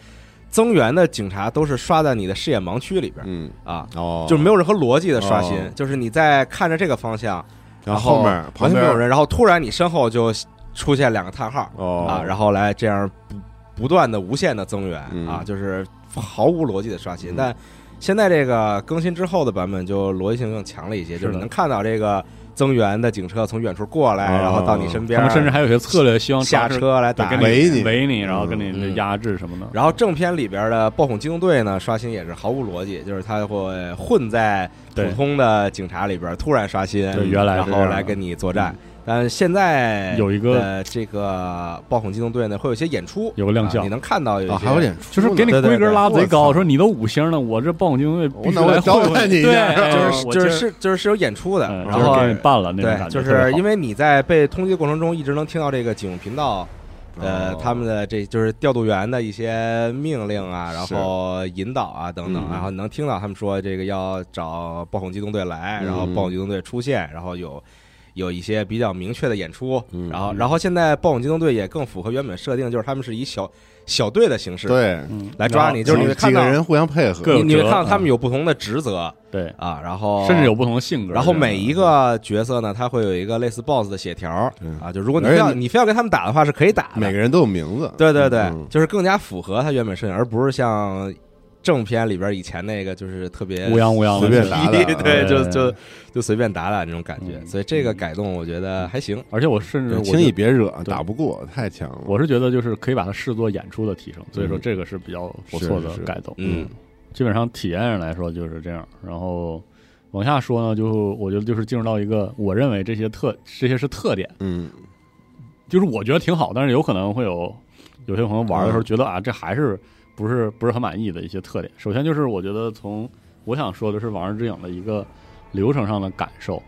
D: 增援的警察都是刷在你的视野盲区里边
C: 嗯，
D: 啊，
C: 哦，
D: 就没有任何逻辑的刷新
C: 哦，
D: 就是你在看着这个方向，
C: 然
D: 后
C: 后面儿
D: 完
C: 旁
D: 全没
C: 边
D: 有
C: 儿
D: 人，然后突然你身后就出现两个叹号
C: 哦
D: 啊，然后来这样不不断的无限的增援
C: 嗯
D: 啊，就是毫无逻辑的刷新，
C: 嗯
D: 但。现在这个更新之后的版本就逻辑性更强了一些，
B: 是
D: 就
B: 的
D: 是能看到这个增援的警车从远处过来，
C: 哦
D: 然后到你身边
B: 他们，甚至还有些策略，希望
D: 啊下
B: 尝试
D: 车来
B: 对
D: 打
B: 跟
D: 你
C: 你围你
B: 围你，然后
C: 嗯
B: 跟你
D: 嗯
B: 压制什么的。
D: 然后正片里边的爆孔机动队呢，刷新也是毫无逻辑，就是他会混在普
B: 对
D: 通的警察里边突然刷新，
B: 对原来是
D: 然
B: 这样
D: 后
B: 的
D: 来跟你作战。但现在
B: 有一个
D: 呃这个爆孔机动队呢，会有一些演出，
B: 有个亮相
D: 啊你能看到有一些、
C: 啊，还有点出呢，
B: 就是给你
D: 对对
B: 规格拉贼
C: 我
B: 高，
C: 操
B: 说你都五星了，我这暴风军队必须
C: 我那我
B: 来
C: 得招
B: 混
C: 待你一
B: 对
C: 下
B: 哎
D: 就
B: 我
D: 是就是是就是是有演出的，
B: 嗯
D: 然
B: 就
D: 后
B: 是给你办了那种
D: 对，
B: 感觉，
D: 就是因
B: 为
D: 为你在被通缉的过程中，一直能听到这个警频道。呃，
C: 哦
D: 他们的这就是调度员的一些命令啊，然
C: 是
D: 后引导啊等等，
C: 嗯
D: 然后能听到他们说这个要找暴恐机动队来，
C: 嗯
D: 然后暴恐机动队出现，然后有有一些比较明确的演出，
C: 嗯
D: 然后然后现在暴恐机动队也更符合原本设定，就是他们是以小小队的形式
C: 对，
B: 嗯
D: 来抓你，就是你
C: 几
D: 会看
C: 几个
D: 到
C: 人互相配合
B: 各，有
D: 你你会
B: 责
D: 看到他们
B: 嗯
D: 有不同的职责
B: 对，
D: 啊，然后
B: 甚至有不同的性格。
D: 然
C: 啊
D: 后每一个角色呢，他会有一个类似 BOSS 的血条儿
C: 嗯
D: 啊，就如果你
C: 而
D: 非
C: 且
D: 要
C: 你
D: 你非要跟他们打的话，是可以打的。
C: 每个人都有名字，
D: 对对对
C: 嗯，
D: 就是更加符合他原本设定，而不是像正片里边以前那个就是特别
B: 乌泱乌泱
C: 随
B: 的
C: 便打打，
D: 对，就
B: 对
D: 就就随便打打那种感觉。
B: 嗯
D: 所以这个改动我觉得还行。
B: 而且我甚至
C: 对
B: 我
C: 轻易
B: 觉
C: 别惹，
B: 对
C: 打不过太强了。
B: 我是觉得就是可以把它视作演出的提升，所以说
C: 嗯
B: 这个是比较不错的
C: 是是
B: 改动。
D: 嗯，
B: 基本上体验上来说就是这样。然后往下说呢，就我觉得就是进入到一个我认为这些特这些是特点，
C: 嗯，
B: 就是我觉得挺好，但是有可能会有有些朋友玩的时
C: 嗯
B: 候觉得啊，这还是不是不是很满意的一些特点。首先就是我觉得从我想说的是《往日之影》的一个流程上的感受，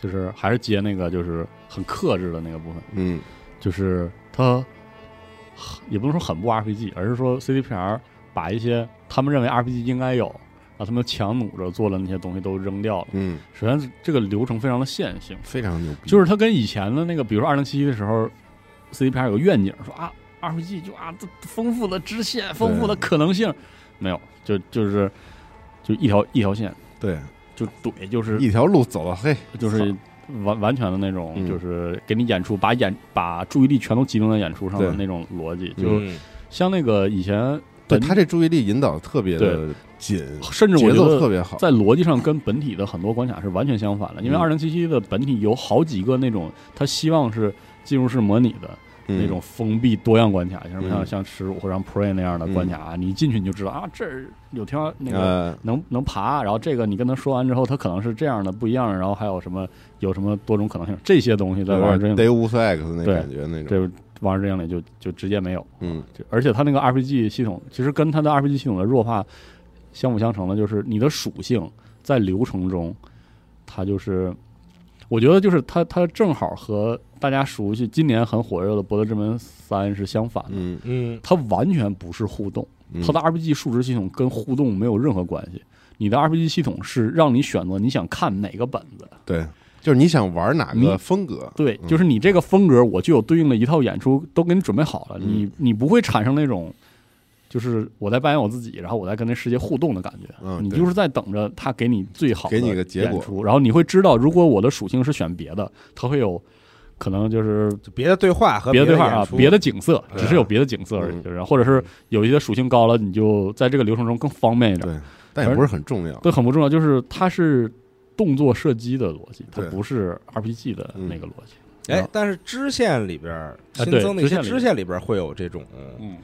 B: 就是还是接那个就是很克制的那个部分，
C: 嗯
B: 就是它也不能说很不 RPG，而是说 CDPR 把一些他们认为 RPG 应该有，把他们强弩着做的那些东西都扔掉了。
C: 嗯，
B: 首先这个流程非常的线性。
C: 非常牛逼，
B: 就是它跟以前的那个，比如说二零七一的时候，CDPR 有个愿景，说啊，RPG 就啊，这丰富的支线，丰富的可能性，没有，就就是就一条一条线，
C: 对
B: 就怼，就是
C: 一条路走到黑，
B: 就是完完全的那种，
C: 嗯
B: 就是给你演出，把演把注意力全都集中在演出上的
C: 对
B: 那种逻辑，
C: 嗯
B: 就像那个以前
C: 对
B: 本，
C: 他这注意力引导特别的紧，
B: 甚至我
C: 节
B: 觉
C: 奏特
B: 得。
C: 别好，
B: 在逻辑上跟本体的很多关卡是完全相反的，因为
C: 嗯
B: 二零七七的本体有好几个那种，它希望是进入式模拟的，
C: 嗯
B: 那种封闭多样关卡，像什么
C: 嗯
B: 像像耻辱或者像 Prey 那样的关卡，你一进去你就知道啊，这儿有条那个
C: 呃
B: 能能爬，然后这个你跟他说完之后，他可能是这样的不一样的，然后还有什么有什么多种可能性，这些东西在王
C: 有
B: 者之影
C: 点 Day 五 X 那
B: 对
C: 感觉那种，
B: 这王者之影里就就直接没有，
C: 嗯
B: 就而且它那个 RPG 系统其实跟它的 RPG 系统的弱化相辅相成的，就是你的属性在流程中，它就是我觉得就是它它正好和大家熟悉今年很火热的《博德之门三》是相反的。
C: 嗯
D: 嗯
B: 它完全不是互动，
C: 嗯，
B: 它的 RPG 数值系统跟互动没有任何关系。你的 RPG 系统是让你选择你想看哪个本子，
C: 对，就是你想玩哪个
B: 你
C: 风格，
B: 对，
C: 嗯
B: 就是你这个风格，我就有对应的一套演出都给你准备好了，
C: 嗯
B: 你你不会产生那种就是我在扮演我自己，然后我在跟那世界互动的感觉。
C: 嗯
B: 你
C: 对
B: 就是在等着他给你最好的
C: 给你个结果
B: 演出，然后你会知道，如果我的属性是选别的，它会有可能就是
D: 就别的对话和
B: 别的
D: 的
B: 对话啊
D: 演，出
B: 别的景色，
D: 对
B: 只是有别的景色而已，
C: 嗯
B: 就是或者是有一些属性高了，你就在这个流程中更方便一点。
C: 对，但也不是很重要。
B: 都很不重要，就是它是动作射击的逻辑，它
C: 对
B: 不是 RPG 的那个逻辑。
D: 哎，但是支线里边儿新
B: 啊对
D: 增的一些
B: 支线里边
D: 支线里边儿会有这种，
B: 嗯，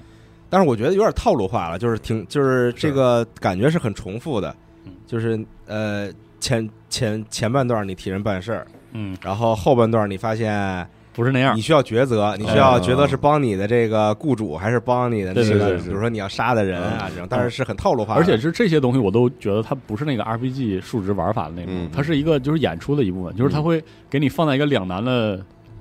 D: 但是我觉得有点套路化了，就是挺就是这个感觉是很重复的
B: 嗯，
D: 就是呃前前前半段你替人办事儿，
B: 嗯，
D: 然后后半段你发现
B: 不是那样
D: 你。需要抉择，你需
B: 哦
D: 要抉择是帮你的这个雇主还是帮你的
B: 对
D: 那
B: 对
D: 个，
C: 对对
D: 比如说你要杀的人啊这种，但是是很套路化的，
B: 而且是这些东西，我都觉得它不是那个 RPG 数值玩法的那种，
C: 嗯
B: 它是一个就是演出的一部分，就是它会给你放在一个两难的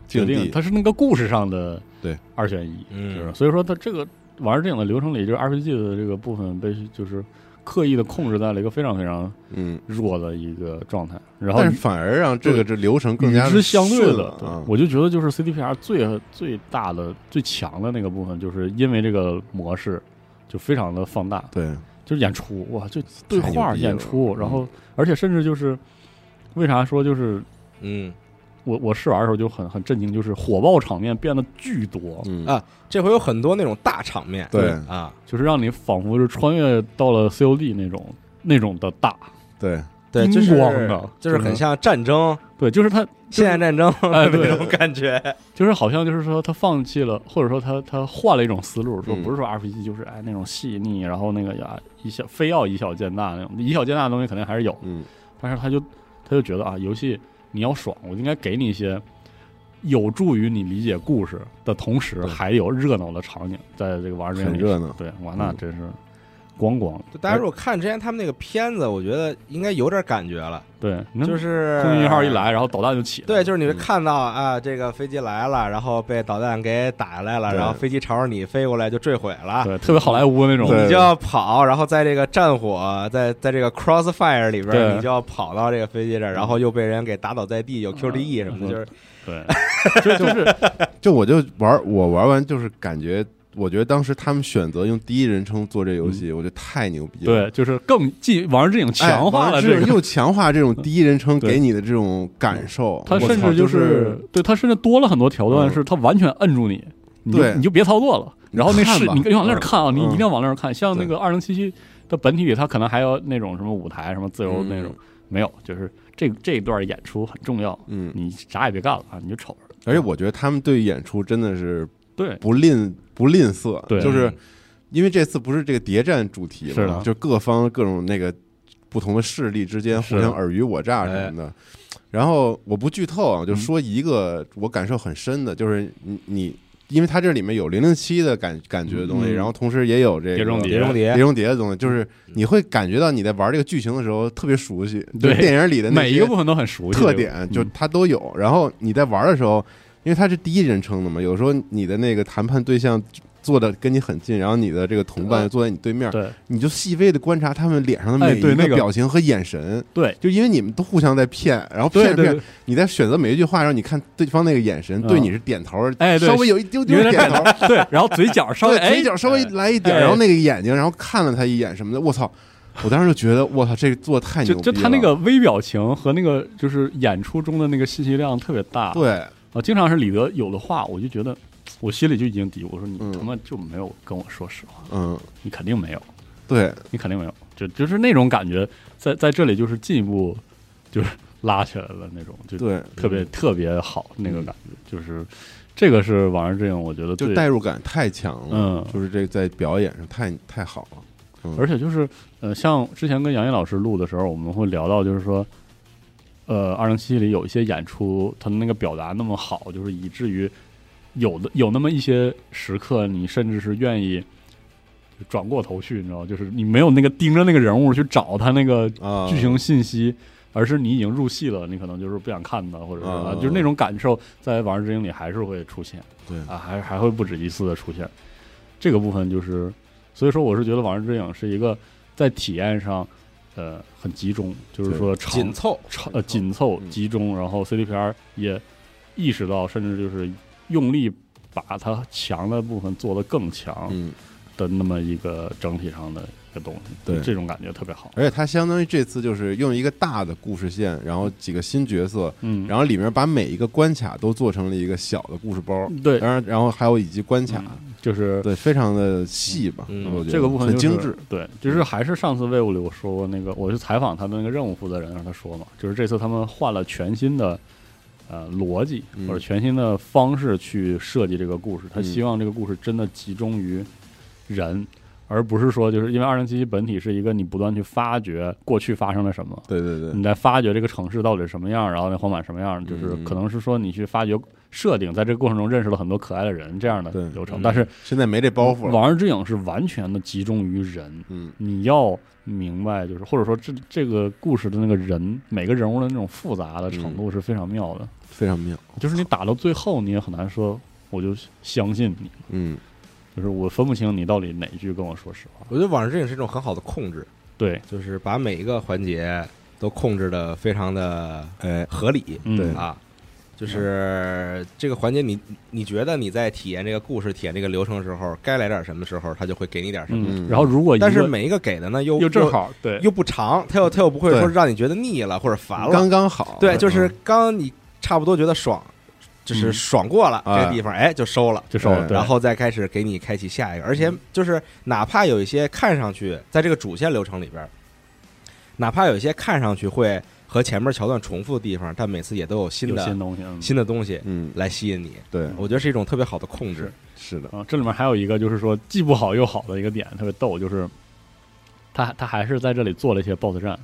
B: 决
C: 境
B: 定，
C: 地
B: 它是那个故事上的
C: 对
B: 二选一，
D: 嗯
B: 就是所以说它这个玩电影的流程里，就是 RPG 的这个部分被就是刻意的控制在了一个非常非常
C: 嗯，
B: 弱的一个状态，然后
C: 但是反而让这个这流程更
B: 与
C: 加
B: 之相对
C: 顺
B: 的
C: 了，
B: 对
C: 啊。
B: 我就觉得就是 CDPR 最最大的、最强的那个部分，就是因为这个模式就非常的放大，
C: 对，
B: 就是演出哇，就对
C: 太牛
B: 话
C: 逼了
B: 演出，
C: 嗯
B: 然后而且甚至就是为啥说就是
D: 嗯
B: 我我试玩的时候就很很震惊，就是火爆场面变得巨多，
C: 嗯
D: 啊，这回有很多那种大场面，
C: 对
B: 嗯
D: 啊，
B: 就是让你仿佛是穿越到了 COD 那种那种的大，
C: 对，
D: 对，就是
B: 叮咣的
D: 就是很像战争，
B: 对，啊就是它
D: 现代战争
B: 哎 对
D: 那种感觉，
B: 就是好像就是说他放弃了，或者说他他换了一种思路，说
C: 嗯
B: 不是说 RPG 就是哎那种细腻，然后那个呀以小非要以小见大那种，以小见大的东西肯定还是有，
C: 嗯
B: 但是他就他就觉得啊，游戏你要爽，我就应该给你一些有助于你理解故事的同时，
C: 对
B: 还有热闹的场景，在这个玩儿这个
C: 很
B: 里
C: 热闹
B: 对，哇，那
C: 嗯
B: 真是咣咣，
D: 就大家如果看之前他们那个片子，我觉得应该有点感觉了，
B: 对，你看
D: 就是
B: 空军一号一。来，然后导弹就起来了，
D: 对，就是你会看到啊，这个飞机来了，然后被导弹给打下来了，
C: 对
D: 然后飞机朝着你飞过来就坠毁了，
B: 对，特别好莱坞那种，
C: 啊对
D: 你就要跑，然后在这个战火，在在这个 crossfire 里边
B: 对
D: 儿，你就要跑到这个飞机这儿，然后又被人给打倒在地，有 QDE 什么
B: 嗯
D: 的，就是
B: 对，就就是
C: 就我就玩，我玩完就是感觉，我觉得当时他们选择用第一人称做这游戏，我觉得太牛逼 了。
B: 嗯对，就是更既《王者之影》
C: 哎
B: 强化了
C: 王者
B: 这
C: 之
B: 个
C: 影又强化这种第一人称
B: 对
C: 给你的这种感受，
B: 它
C: 我
B: 甚
C: 操
B: 至就
C: 就是
B: 对它甚至多了很多条段，
C: 嗯
B: 是它完全摁住你，你就
C: 对
B: 你就别操作了。
C: 你
B: 然后那
C: 看
B: 视
C: 吧
B: 你你往那儿看啊，
C: 嗯
B: 你一定
C: 嗯
B: 要往那儿看。像那
C: 对
B: 个二零七七的本体里，它可能还有那种什么舞台、什么自由
C: 嗯
B: 那种，没有，就是这这一段演出很重要，
C: 嗯，
B: 你啥也别干了啊，你就瞅着。
C: 而且我觉得他们对演出真的是
B: 对
C: 不吝不吝啬，
B: 对嗯
C: 就是因为这次不是这个谍战主题
B: 是
C: 嘛，
B: 的
C: 就各方各种那个不同的势力之间
B: 是
C: 互
B: 的
C: 相尔虞我诈什么的。然后我不剧透啊，就
B: 嗯
C: 说一个我感受很深的，就是你你，因为它这里面有零零七的感感觉的东西，
B: 嗯
C: 然后同时也有这个
B: 碟中谍嗯
D: 碟中谍
C: 碟中谍的东西，就是你会感觉到你在玩这个剧情的时候特别熟悉，
B: 对
C: 就是电影里的那
B: 每一个
C: 些
B: 部分都很熟悉，
C: 特
B: 这嗯个
C: 点就它都有。然后你在玩的时候，因为它是第一人称的嘛，有时候你的那个谈判对象坐的跟你很近，然后你的这个同伴坐在你对面，
B: 对
C: 你就细微的观察他们脸上的
B: 哎
C: 每一
B: 对那个
C: 表情和眼神，
B: 对
C: 就因为你们都互相在骗，然后
B: 对
C: 骗着
B: 对
C: 骗，，你在选择每一句话，然后你看对方那个眼神
B: 嗯
C: 对你是点头，
B: 哎对
C: 稍微有一丢丢
B: 有点
C: 点头，
B: 对对，然后嘴角 稍微
C: 对，
B: 哎
C: 嘴角稍微来一点，
B: 哎
C: 然后那个眼睛，然后看了他一眼什么的，我操！我当时就觉得，我操，这个做的太牛
B: 就
C: 逼了！
B: 就他那个微表情和那个就是演出中的那个信息量特别大，
C: 对，
B: 啊，经常是李德有的话，我就觉得我心里就已经嘀咕，我说你
C: 嗯
B: 他妈就没有跟我说实话，
C: 嗯，
B: 你肯定没有，
C: 对，
B: 你肯定没有，就就是那种感觉，在在这里就是进一步就是 拉起来了那种，就
C: 对，嗯
B: 特别特别好那个感觉，就是这个是《网上这样，我觉得
C: 就
B: 最
C: 代入感太强了，
B: 嗯
C: 就是这在表演上太太好了，
B: 而且就是呃，像之前跟杨毅老师录的时候，我们会聊到，就是说，呃，二零七七里有一些演出，他那个表达那么好，就是以至于有的有那么一些时刻，你甚至是愿意转过头去，你知道吗，就是你没有那个盯着那个人物去找他那个
C: 啊，
B: 剧情信息。而是你已经入戏了，你可能就是不想看的，或者是、
C: 啊
B: 啊就是那种感受，在《往日之影》里还是会出现，
C: 对
B: 啊，还还会不止一次的出现。这个部分就是，所以说我是觉得《往日之影》是一个在体验上，呃，很集中，就是说长
D: 紧凑，
B: 长呃紧凑
C: 嗯
B: 集中，然后 CDPR 也意识到，甚至就是用力把它强的部分做得更强，
C: 嗯，
B: 的那么一个整体上的一个东西，
C: 对
B: 这种感觉特别好。
C: 而且它相当于这次就是用一个大的故事线，然后几个新角色，
B: 嗯，
C: 然后里面把每一个关卡都做成了一个小的故事包，
B: 嗯对，
C: 当然然后还有以及关卡，
B: 就是
C: 对，非常的细吧，
D: 嗯
C: 我觉得
B: 这个部分、
C: 很
B: 就是、
C: 精致，。
B: 对，就是还是上次魏武里我说过那个，我去采访他的那个任务负责人，让他说嘛，就是这次他们换了全新的呃逻辑
C: 嗯
B: 或者全新的方式去设计这个故事，他
C: 嗯
B: 希望这个故事真的集中于人。而不是说，就是因为二零七七本体是一个你不断去发掘过去发生了什么，
C: 对对对，
B: 你在发掘这个城市到底是什么样，然后那荒坂什么样，就是
C: 嗯
B: 可能是说你去发掘设定，在这个过程中认识了很多可爱的人这样的
C: 对
B: 流程
D: 嗯，
B: 但是
C: 现在没这包袱
B: 《
C: 了，
B: 往日之影》是完全的集中于人，
C: 嗯
B: 你要明白，就是或者说这这个故事的那个人，每个人物的那种复杂的程度是非常妙
D: 嗯
B: 的，
C: 非常妙，
B: 就是你打到最后，你也很难说我就相信你，
C: 嗯，
B: 就是我分不清你到底哪句跟我说实话。
D: 我觉得《往日之影》是一种很好的控制，
B: 对，
D: 就是把每一个环节都控制的非常的
C: 哎，
D: 合理
B: 嗯、
C: 对
D: 啊。就是这个环节你，你觉得你在体验这个故事、体验这个流程的时候，该来点什么时候，他就会给你点什么。
B: 嗯
C: 嗯
B: 然后如果一个
D: 但是每一个给的呢，又
B: 又正好对
D: 又又不长，他又他又不会说
C: 对
D: 让你觉得腻了或者烦了
C: 刚。刚好，
D: 对，就是
C: 嗯
D: 刚你差不多觉得爽，就是
B: 嗯
D: 爽过了
C: 哎
D: 这个地方，哎，就收了。
B: 就收了，
C: 对
B: 对嗯
D: 然后再开始给你开启下一个。而且就是哪怕有一些看上去在这个主线流程里边儿，哪怕有一些看上去会和前面桥段重复的地方，但每次也都有新
B: 有
D: 的
B: 新东西，嗯
D: 新的东西
C: 嗯，
D: 来吸引你。
C: 对，
D: 我觉得是一种特别好的控制
B: 是。
C: 是的，
B: 啊，这里面还有一个就是说既不好又好的一个点，特别逗，就是他他还是在这里做了一些 BOSS 战，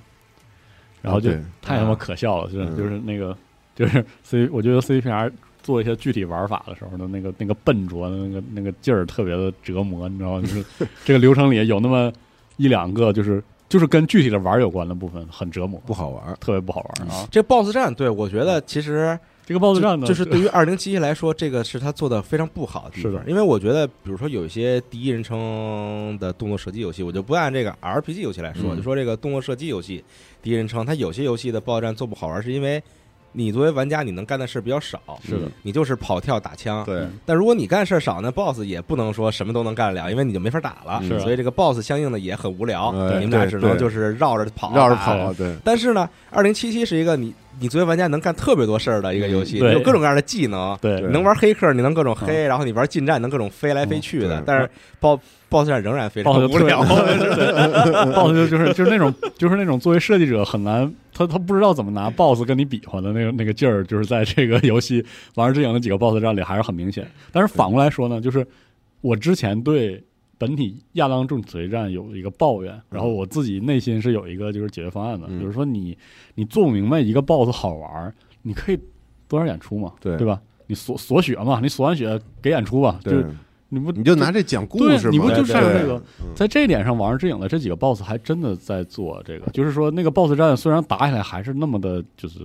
B: 然后就
C: 对
B: 太他妈可笑了，就是
C: 嗯
B: 就是那个就是 C，我觉得 CPR 做一些具体玩法的时候的那个那个笨拙的那个那个劲儿特别的折磨，你知道吗？就是这个流程里有那么一两个就是就是跟具体的玩儿有关的部分很折磨，
C: 不好玩儿，
B: 特别不好玩儿啊。
D: 这 BOSS 战，对我觉得其实
B: 这个 BOSS 战
D: 就
B: 呢，
D: 就是对于二零七一来说，这个是他做的非常不好的地方。
B: 是的
D: 因为我觉得，比如说有一些第一人称的动作射击游戏，我就不按这个 RPG 游戏来
C: 嗯
D: 说，就说这个动作射击游戏第一人称，它有些游戏的爆战做不好玩，是因为你作为玩家你能干的事比较少，
B: 是的，
D: 你就是跑跳打枪。
C: 对，
B: 嗯
D: 但如果你干事少呢，BOSS 也不能说什么都能干得了，因为你就没法打了。
B: 是啊
D: 所以这个 BOSS 相应的也很无聊，
C: 哎
D: 你们俩
C: 对
D: 只
C: 对
D: 能就是绕着跑，
C: 绕着
D: 打
C: 跑，啊对，
D: 但是呢，二零七七是一个你你作为玩家能干特别多事儿的一个游戏，
B: 嗯对
D: 你有各种各样的技能，
B: 对
C: 对嗯
D: 你能玩黑客，你能各种黑，然后你玩近战能各种飞来飞去的。
C: 嗯对
D: 但是 BOSS BOSS 战仍然非常
B: BOSS
D: 无聊，
B: boss 就就是就是那种就是那种作为设计者很难，他他不知道怎么拿 boss 跟你比划的那个那个劲儿，就是在这个游戏《玩儿之影》的几个 boss 战里还是很明显。但是反过来说呢，就是我之前对本体亚当重锤战有一个抱怨，然后我自己内心是有一个就是解决方案的，
C: 嗯
B: 就是说你你做不明白一个 boss 好玩儿，你可以多点演出嘛，
C: 对
B: 对吧？你锁锁血嘛，你锁完血给演出吧，就
C: 对
B: 是，你不
C: 你就拿这讲故
B: 对
C: 事嘛，
B: 你不
C: 对
B: 就
C: 对
B: 上这
C: 对
B: 个
C: 嗯
B: 在这一点上，《王者之影》的这几个 BOSS 还真的在做这个，就是说那个 BOSS 战虽然打起来还是那么的，就是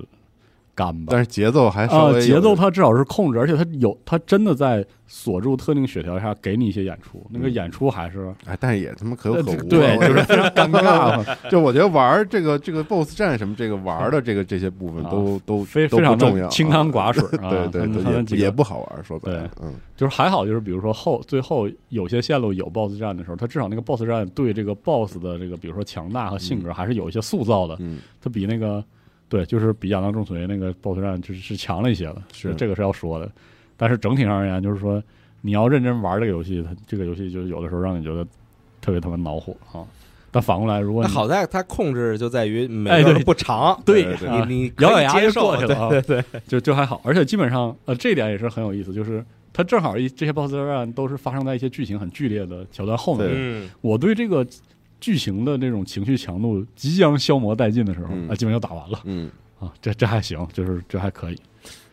B: 干吧
C: 但，是节奏还
B: 啊、
C: 稍微有
B: 节奏它至少是控制，而且它有它真的在锁住特定血条下给你一些演出，那个
C: 嗯
B: 演出还是、
C: 哎，但是也他妈可有
B: 呃
C: 可
B: 这
C: 无
B: 个对，
C: 啊，我
B: 就是非常尴尬，
C: 就我觉得玩儿这个这个 BOSS 战什么这个玩儿的这个这些部分
B: 啊
C: 都都
B: 非
C: 都
B: 非
C: 不
B: 常
C: 重要，
B: 的清汤寡水啊，
C: 对对
B: 他们他
C: 对
B: 们，几
C: 也也
B: 个
C: 不好玩儿，说白了，嗯，
B: 就是还好，就是比如说后最后有些线路有 BOSS 战的时候，它至少那个 BOSS 战对这个 BOSS 的这个比如说强大和性格还是有一些塑造的，
C: 嗯，
B: 它比那个对，就是比亚当重锤那个 BOSS 战就是是强了一些的，
C: 是
B: 这个是要说的。但是整体上而言，就是说你要认真玩这个游戏，它这个游戏就是有的时候让你觉得特别他妈恼火啊。但反过来，如果
D: 那
B: 你
D: 好在它控制就在于每
B: 哎
D: 个
B: 对
D: 都不长，
B: 对
C: 对对
B: 啊
D: 你你可以
B: 咬咬牙
D: 接
B: 就
D: 受
B: 过去了啊，
D: 对
B: 对对，就就还好。而且基本上呃，这点也是很有意思，就是它正好一这些 BOSS 战都是发生在一些剧情很剧烈的桥段后面的，
C: 对
D: 嗯，
B: 我对这个剧情的那种情绪强度即将消磨殆尽的时候，
C: 嗯
B: 啊，基本就打完了
C: 嗯，
B: 啊，这这还行，就是这还可以，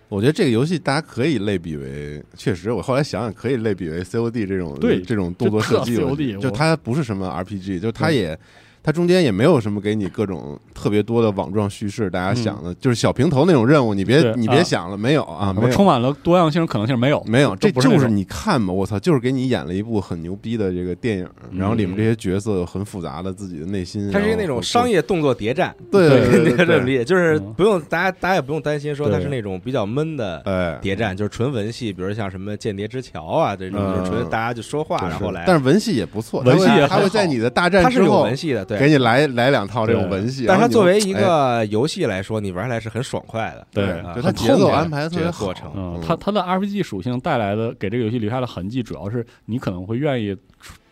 C: 我觉得这个游戏大家可以类比为，确实，我后来想想可以类比为 COD 这种
B: 对
C: 这种动作射击游戏，
B: 就特 COD
C: 就它不是什么 RPG，就它也它中间也没有什么给你各种特别多的网状叙事，大家想的、就是小平头那种任务，你别
B: 嗯对
C: 你别
B: 啊
C: 想了，没有啊，没
B: 充
C: 有。
B: 满了多样性、可能性，没有，
C: 没有，这
B: 都不是那
C: 就
B: 种
C: 是你看嘛，我操，就是给你演了一部很牛逼的这个电影，然后里
B: 嗯
C: 面这些角色有很复杂的自己的内心，
D: 它是一个
C: 然后
D: 那种商业动作谍战，
C: 对对对 对
D: 你可以这么理
C: 对，
D: 解，就是
B: 嗯
D: 不用大家大家也不用担心说它
B: 对嗯
D: 是那种比较闷的
C: 哎，
D: 谍战，就是纯文戏，比如像什么《间谍之桥》啊这种，
C: 嗯
D: 就是纯大家就说话
C: 对
D: 然
C: 是
D: 后来，
C: 但是文戏也不错，
B: 文戏
C: 它会
B: 也
C: 它会
B: 很好
C: 在你的大战
D: 它是
C: 之
D: 有
C: 后
D: 文戏的，
C: 给
D: 对。
C: 你来来两套这种
B: 对
C: 文戏，
D: 但
C: 然后
D: 是它
C: 你
D: 作
C: 就
D: 为一
C: 哎
D: 个游戏来说，你玩下来是很爽快的，
B: 对
D: 啊
B: 它
C: 对它
D: 很
C: 节
D: 痛
C: 奏
D: 快
C: 安排得特
D: 这
C: 别
D: 个
C: 好
D: 过程，
B: 嗯
C: 嗯，
B: 它它的 RPG 属性带来的给这个游戏留下的痕迹，主要是你可能会愿意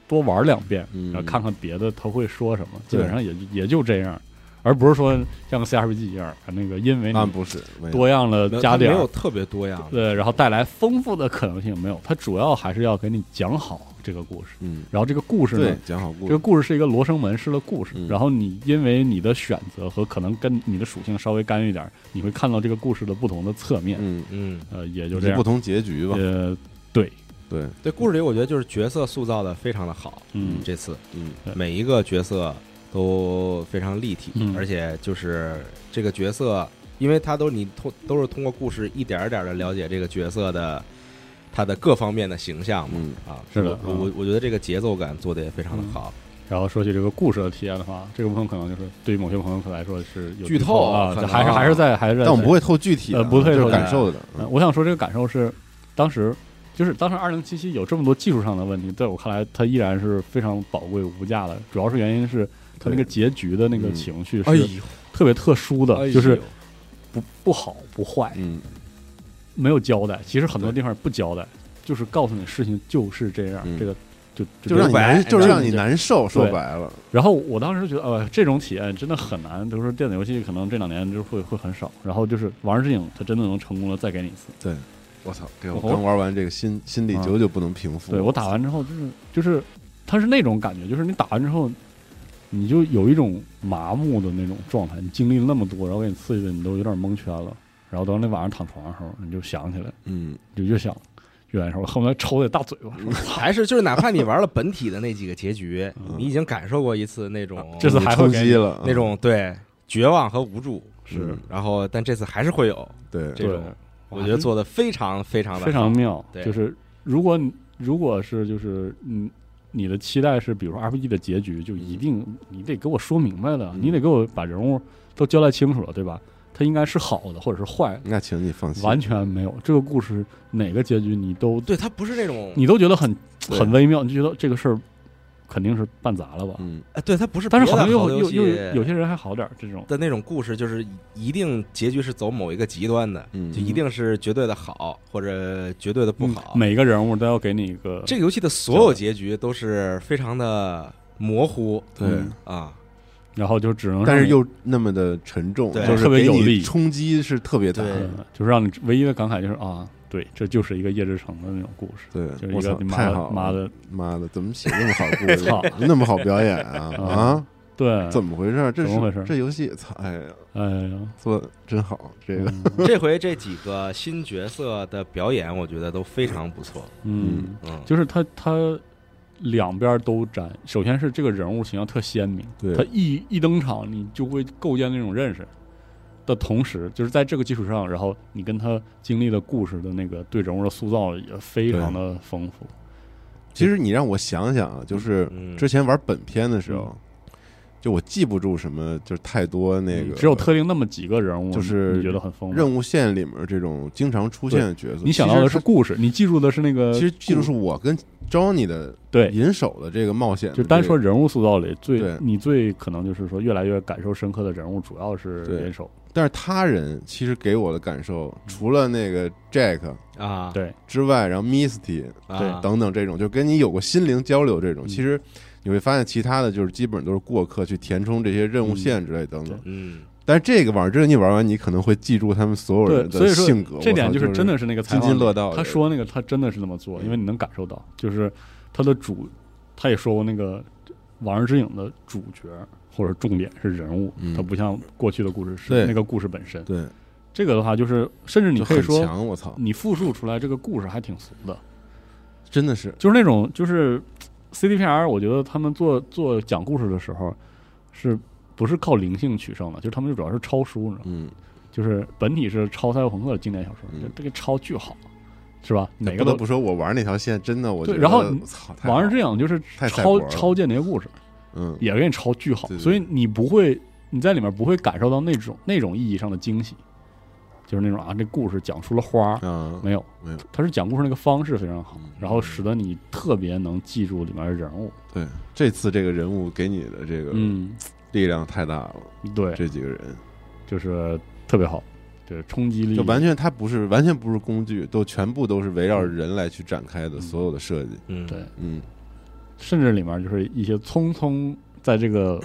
B: 多玩两遍，
C: 嗯
B: 然后看看别的他会说什么，基
C: 对
B: 本上也也就这样，而不是说像个 CRPG 一样，那个因为
C: 啊
B: 你
C: 不是没有
B: 嗯多样了
D: 没有
B: 加
D: 它没
B: 点儿，
D: 有特别多样的，
B: 对，然后带来丰富的可能性没有，它主要还是要给你讲好这个故事，
C: 嗯
B: 然后这个故事
C: 对
B: 呢。
C: 讲好
B: 这
C: 故事
B: 个故事是一个罗生门式的故事，
C: 嗯
B: 然后你因为你的选择和可能跟你的属性稍微干预点儿，你会看到这个故事的不同的侧面，
C: 嗯
D: 嗯，
B: 呃，也就
C: 有
B: 这样
C: 不。同结局吧
B: 呃，对，
C: 对
D: 对，故事里我觉得就是角色塑造的非常的好，
B: 嗯
D: 这次
C: 嗯
D: 每一个角色都非常立体，
B: 嗯
D: 而且就是这个角色，因为他都你通都是通过故事一点儿一点儿的了解这个角色的他的各方面的形象嘛，
C: 嗯
D: 啊，
B: 是的
D: 我
B: 嗯
D: 我我觉得这个节奏感做的也非常的好，
B: 然后说起这个故事的体验的话，这个部分可能就是对于某些朋友来说是有
D: 剧透
B: 透啊，这
D: 可能
B: 还是
D: 啊
B: 还是在还是在。
C: 但我们不会透具体的啊
B: 呃不会
C: 就
B: 透
C: 是
B: 具体
C: 感受的
D: 嗯
B: 呃我想说这个感受是，当时就是当时二零七七有这么多技术上的问题，在我看来，它依然是非常宝贵无价的。主要是原因是它那个结局的那个
C: 嗯哎
B: 情绪
D: 哎
B: 是特别特殊的，嗯就是不不好不坏，
C: 嗯
B: 没有交代。其实很多
C: 对
B: 地方不交代，就是告诉你事情就是这样，
C: 嗯
B: 这个就这
C: 就
B: 样
C: 让你
D: 明白
C: 难就是
D: 明白
C: 让你难受说
B: 对
C: 白了
B: 然后我当时觉得，呃，这种体验真的很难。就是说电子游戏可能这两年就是会会很少。然后就是《王室之影》，它真的能成功了，再给你一次。
C: 对我操这个我
B: 我
C: 刚玩完这个心心里
B: 啊
C: 久久不能平复
B: 对我打完之后，就是就是，它是那种感觉，就是你打完之后，你就有一种麻木的那种状态。你经历了那么多，然后给你刺激的，你都有点蒙圈了。然后等那晚上躺床上的时候，你就想起来，
C: 嗯
B: 你就越想越难受。我恨不得抽他一大嘴巴，说
D: 还是就是哪怕你玩了本体的那几个结局，
B: 嗯啊
D: 你已经感受过一次那种
B: 这次
C: 你
B: 还会
C: 冲
B: 给你
C: 击了
D: 那
C: 嗯
D: 种对绝望和无助，
B: 嗯
C: 是
D: 然后但这次还是会有
C: 对
D: 这
B: 对，
D: 种我觉得做的非常非常的
B: 非常妙。
D: 对
B: 就是如果你如果是就是嗯，你的期待是，比如说 RPG 的结局，就一定你得给我说明白了，
C: 嗯
B: 你得给我把人物都交代清楚了，对吧？它应该是好的或者是坏的，
C: 那请你放心
B: 完全没有。这个故事哪个结局你都
D: 对，它不是那种
B: 你都觉得很
C: 对
B: 很微妙，你就觉得这个事儿肯定是办砸了吧？
C: 嗯
D: 哎，对，它不是别
B: 但
D: 的
B: 是
D: 好
B: 好
D: 多
B: 像又
D: 游
B: 又
D: 戏
B: 又有有些人还好点儿，这种
D: 的那种故事，就是一定结局是走某一个极端的，就
C: 嗯
D: 一定是绝对的好或者绝对的不好。
B: 嗯每个人物都要给你一个
D: 这个游戏的所有结局都是非常的模糊
C: 对
B: 嗯
D: 啊，
B: 然后就只能
C: 但
B: 让
C: 是
B: 你
C: 又那么的沉重
D: 对
C: 就是
B: 特别
C: 给
B: 有
C: 你
B: 力
C: 冲击是特别大
D: 对
C: 的
B: 嗯就是让你唯一的感慨就是啊，对，这就是一个夜之城的那种故事，
C: 对
B: 就是
C: 我
B: 一
C: 操
B: 个你妈
C: 太
B: 的
C: 好
B: 妈
C: 了
B: 的，
C: 妈的怎么写那么好故事
B: 操
C: 那么好表演啊
B: 啊
C: 啊
B: 对，
C: 怎么回事？这是
B: 怎么回事
C: 这游戏，操！哎呀，
B: 哎呀，
C: 做得真好，这个
B: 嗯
D: 这回这几个新角色的表演，我觉得都非常不错。
B: 嗯，
D: 嗯，
B: 就是他他两边都沾，首先是这个人物形象特鲜明，
C: 对
B: 他一一登场你就会构建那种认识。的同时，就是在这个基础上，然后你跟他经历的故事的那个对人物的塑造也非常的丰富。
C: 其实你让我想想啊，就是
D: 嗯
C: 之前玩本片的时候，就我记不住什么，就是太多那
B: 嗯
C: 个
B: 只有特定那么几个人物，
C: 就是
B: 你觉得很丰富。
C: 任务线里面这种经常出现的角色，
B: 你想到的是
C: 其实
B: 故事，你记住的是那个
C: 它，
B: 故，
C: 其实记住是我跟 Johnny 的
B: 对
C: 银手的这个冒险的
B: 就
C: 这个，
B: 单说人物塑造里最
C: 嗯对
B: 你最可能就是说越来越感受深刻的人物，主要是
C: 对
B: 联手。
C: 但是他人其实给我的感
B: 嗯
C: 受，除了那个 Jack
D: 啊，
B: 对，
C: 之外，然后 Misty
D: 啊，
C: 等等这种，就跟你有过心灵交流这种，
B: 嗯
C: 其实你会发现其他的就是基本都是过客去填充这些任务线之类等等
B: 嗯。
D: 嗯，
C: 但是这个玩意儿，真的你玩完，你可能会记住他们所有人
B: 对，所
C: 的
B: 以
C: 性格
B: 说。这
C: 我
B: 点
C: 操
B: 就是真的是那个采
C: 津
B: 访
C: 津
B: 里
C: 乐道的
B: 他说那个他真的是这么做，因为你能感受到，就是他的主，他也说过那个《往日之影》的主角或者重点是人物
C: 嗯，
B: 他不像过去的故事
C: 对
B: 是那个故事本身。
C: 对，
B: 这个的话，就是甚至你
C: 就
B: 可以
C: 很
B: 说，嗯
C: 强，我操，
B: 你复述出来这个故事还挺俗的。
C: 真的是
B: 就是那种就是 CDPR，我觉得他们做做讲故事的时候，是不是靠灵性取胜的？就是他们就主要是抄书，你知道吗？
C: 嗯，
B: 就是本体是抄赛博朋克的经典小说，
C: 嗯
B: 这这个抄巨好，是吧？哪
C: 不
B: 个
C: 得
B: 都
C: 不说，我玩那条线真的，我
B: 对
C: 觉得
B: 然后
C: 操，太好
B: 网上
C: 了
B: 是这样，就是
C: 太赛博
B: 抄
C: 了
B: 抄间谍故事，
C: 嗯
B: 也给你抄巨好
C: 对，对
B: 所以你不会你在里面不会感受到那种那种意义上的惊喜，就是那种啊，这故事讲出了花儿，
C: 啊，
B: 没有
C: 没有，
B: 它是讲故事那个方式非常好
C: 嗯，
B: 然后使得你特别能记住里面的人物，
C: 对，这次这个人物给你的这个
B: 嗯，
C: 力量太大了，
B: 对，
C: 这几个人
B: 就是特别好，对，冲击力
C: 就完全他不是完全不是工具，都全部都是围绕着人来去展开的所有的设计，
D: 嗯，
B: 对，
C: 嗯
B: 甚至里面就是一些匆匆在这 个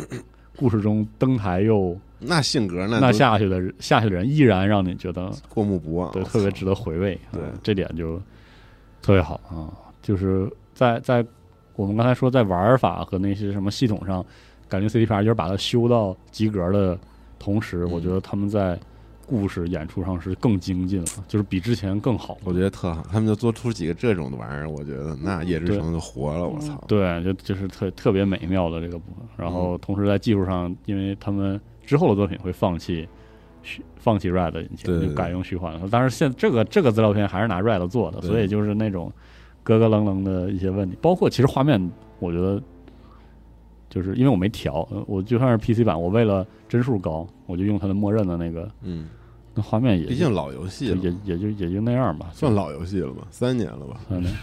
B: 故事中登台又
C: 那性格那
B: 那
C: 都
B: 下去的人下去的人，依然让你觉得
C: 过目不忘，
B: 对
C: 我
B: 特别
C: 操
B: 值得回味。啊
C: 对
B: 这点就特别好啊！就是在在我们刚才说在玩法和那些什么系统上，感觉 CDPR 就是把它修到及格的同时，
C: 嗯
B: 我觉得他们在故事演出上是更精进了，就是比之前更好。
C: 我觉得特好，他们就做出几个这种的玩意儿，我觉得那叶之城就活了，哦我操！
B: 嗯
C: 嗯
B: 对，就就是特特别美妙的这个部分。然后同时在技术上，因为他们之后的作品会放弃虚放弃 Red 引擎，
C: 对对
B: 就改用虚幻了。但是现这个这个资料片还是拿 Red 做的，
C: 对
B: 所以就是那种咯咯楞楞的一些问题，包括其实画面，我觉得就是因为我没调，呃我就算是 PC 版，我为了帧数高，我就用它的默认的那个
C: 嗯，
B: 那画面也就，
C: 毕竟老游戏
B: 就也
C: 了，
B: 也就也就那样吧，
C: 算老游戏了吧，三年了吧？
B: 嗯，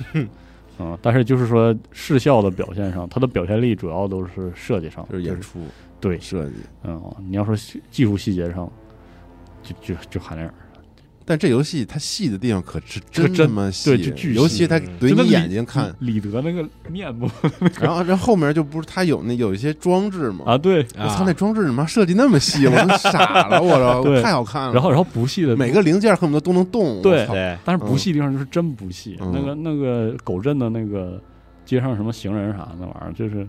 B: 嗯，但是就是说视效的表现上，它的表现力主要都是设计上，
C: 就是演出、
B: 对，
C: 设计，
B: 嗯，你要说细技术细节上，就就就喊那样，
C: 但这游戏它细的地方可是
B: 这个
C: 真
B: 真
C: 他妈细
B: 对就巨，细
C: 尤其它
D: 嗯
C: 怼
B: 真的
C: 你
B: 李
C: 眼 睛看，
B: 李德那个面部
C: 然后这后面就不是它有那有一些装置嘛？
B: 啊，对，
C: 我操，那装置他妈设计那么细，我都傻 了，我
B: 对
C: 操，太好看了。
B: 然后然后不细的
C: 每，个零件恨不得都能动，
B: 对
C: 我操
D: 对，
B: 但是不细的地方就是真不细，
C: 嗯
B: 那个那个狗镇的那个街上什么行人啥那玩意儿，就是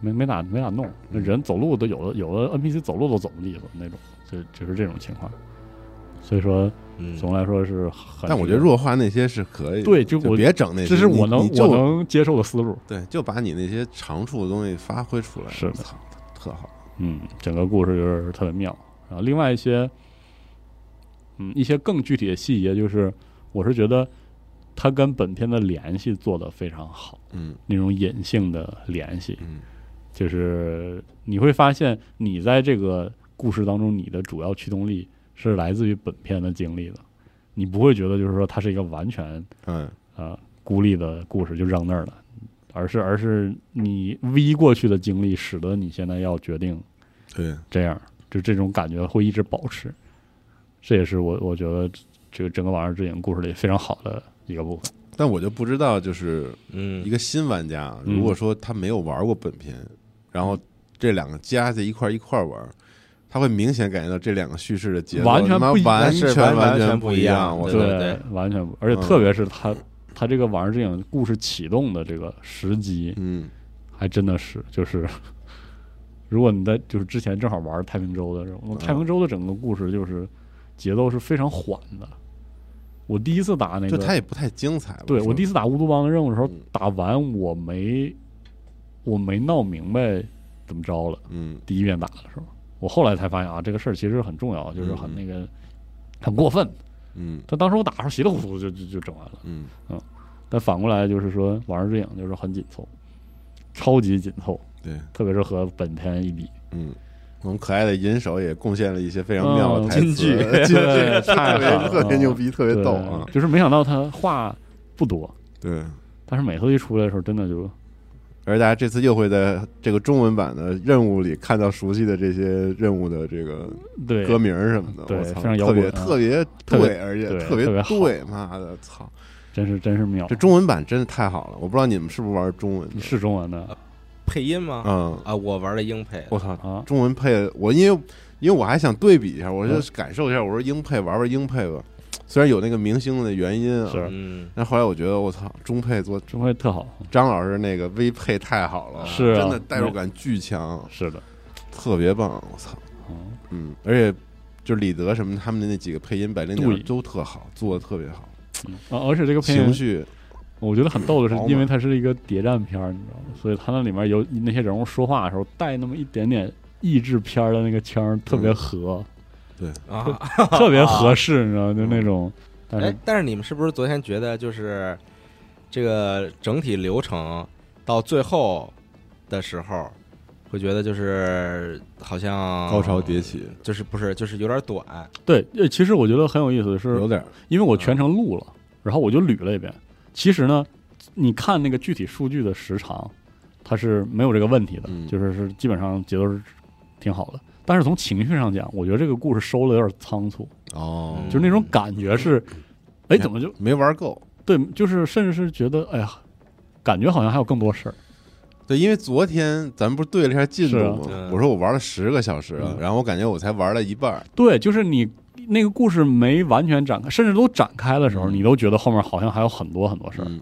B: 没没咋没咋弄，那
C: 嗯
B: 人走路都有的有的 NPC 走路都走不利索那种，就就是这种情况，所以说
D: 嗯
B: 总的来说是很，
C: 但我觉得弱化那些是可以的，
B: 对就我
C: 别整那些，
B: 这是我
C: 你
B: 能
C: 你就
B: 我能接受的思路。
C: 对，就把你那些长处的东西发挥出来。
B: 是的
C: 操，特好。
B: 嗯，整个故事就是特别妙。然后另外一些，嗯，一些更具体的细节，就是我是觉得它跟本片的联系做得非常好，
C: 嗯
B: 那种隐性的联系，
C: 嗯
B: 就是你会发现你在这个故事当中，你的主要驱动力是来自于本片的经历的，你不会觉得就是说它是一个完全
C: 嗯，
B: 呃孤立的故事就扔那儿了，而是而是你 V 过去的经历，使得你现在要决定
C: 对，
B: 这样，就这种感觉会一直保持。这也是我我觉得这个整个《网上之影》故事里非常好的一个部分。
C: 但我就不知道，就是一
D: 嗯，
C: 个新玩家，啊
B: 嗯
C: 如果说他没有玩过本片，然后这两个加在一块儿一块儿玩。他会明显感觉到这两个叙事的节奏
B: 完全
C: 他妈
B: 不一
C: 完
D: 是
C: 全
D: 完完全
C: 全
D: 不一
C: 一
D: 样
C: 我
D: 对
C: 操
D: 对嗯对
B: 完全不，而且特别是他、他这个《网上之影》故事启动的这个时机，
C: 嗯，
B: 还真的是就是，如果你在就是之前正好玩太平洲的时
C: 嗯
B: 候，太平洲的整个故事就是节奏是非常缓的。我第一次打那个，
C: 就他也不太精彩吧。
B: 对我第一
C: 次
B: 次打乌都邦的任务的时候
C: 嗯，
B: 打完我没我没闹明白怎么着了。
C: 嗯
B: 第一遍打的时候，我后来才发现啊，这个事儿其实很重要，就是很那个很过分。
C: 嗯
B: 但当时我打的时候稀里糊涂就就就整完了。
C: 嗯
B: 但反过来就是说，《玩儿之影》就是很紧凑，超级紧凑，
C: 对
B: 特别是和本片一比，
C: 嗯，我们可爱的银手也贡献了一些非常妙的
B: 嗯
C: 台词，
D: 金句
C: 金
B: 对
C: 句
B: 太好
C: 特别特别
B: 了
C: 牛逼，特别
B: 对
C: 逗啊！
B: 就是没想到他话不多，
C: 对，
B: 但是每次一出来的时候，真的就
C: 而大家这次又会在这个中文版的任务里看到熟悉的这些任务的这个
B: 对
C: 歌名儿什么的，
B: 对
C: 我操
B: 非常摇
C: 特
B: 滚
C: 别
B: 啊
C: 特别
B: 特别
C: 对，而且
B: 对
C: 特别
B: 特别好
C: 对，妈的，操！
B: 真是真是妙
C: 这。中文版真的太好了，我不知道你们是不是玩中文的
B: 你是中文的
D: 配音吗？
C: 嗯，
D: 啊，我玩的英配，
C: 我操，
B: 啊？
C: 中文配我因为因为我还想对比一下，我就
B: 嗯
C: 感受一下，我说英配玩玩英配吧，虽然有那个明星的原因啊，
B: 是
D: 嗯，
C: 但后来我觉得我操，中配做
B: 中文特好，
C: 张老师那个微配太好了，
B: 是啊
C: 啊真的代入感巨强，
B: 是的，
C: 特别棒，我操！
B: 嗯，
C: 嗯，而且就李德什么他们的那几个配音白领鸟
B: 对
C: 都特好，做的特别好，
B: 嗯啊而且这个配
C: 情
B: 音
C: 绪
B: 我觉得很逗的
C: 饱
B: 是，
C: 满
B: 因为它是一个谍战片儿，你知道吗？所以它那里面有那些人物说话的时候带那么一点点励志片儿的那个腔儿特
C: 嗯
B: 别合，
D: 啊，
B: 特 别合适，你知道吗？就那种，
C: 嗯
B: 但
D: 哎
B: 是，
D: 但是你们是不是昨天觉得就是这个整体流程到最后的时候，会觉得就是好像
B: 啊
C: 高潮迭，起，
D: 就是不是就是有点短，
B: 对，呃其实我觉得很有意思，是
C: 有点儿
B: 因为我
C: 嗯
B: 全程录了，然后我就捋了一遍。其实呢，你看那个具体数据的时长，它是没有这个问题的，
C: 嗯
B: 就是是基本上节奏是挺好的。但是从情绪上讲，我觉得这个故事收了有点仓促，
C: 哦
B: 就是那种感觉是，哎，怎么就
C: 没玩够。
B: 对，就是甚至是觉得，哎呀，感觉好像还有更多事儿。
C: 对，因为昨天咱们不是对了一下进度
B: 是啊
C: 吗？
D: 嗯
C: 我说我玩了十个小时了，
B: 嗯
C: 然后我感觉我才玩了一半儿，
B: 对，就是你那个故事没完全展开，甚至都展开的时候，
C: 嗯
B: 你都觉得后面好像还有很多很多事儿。
C: 嗯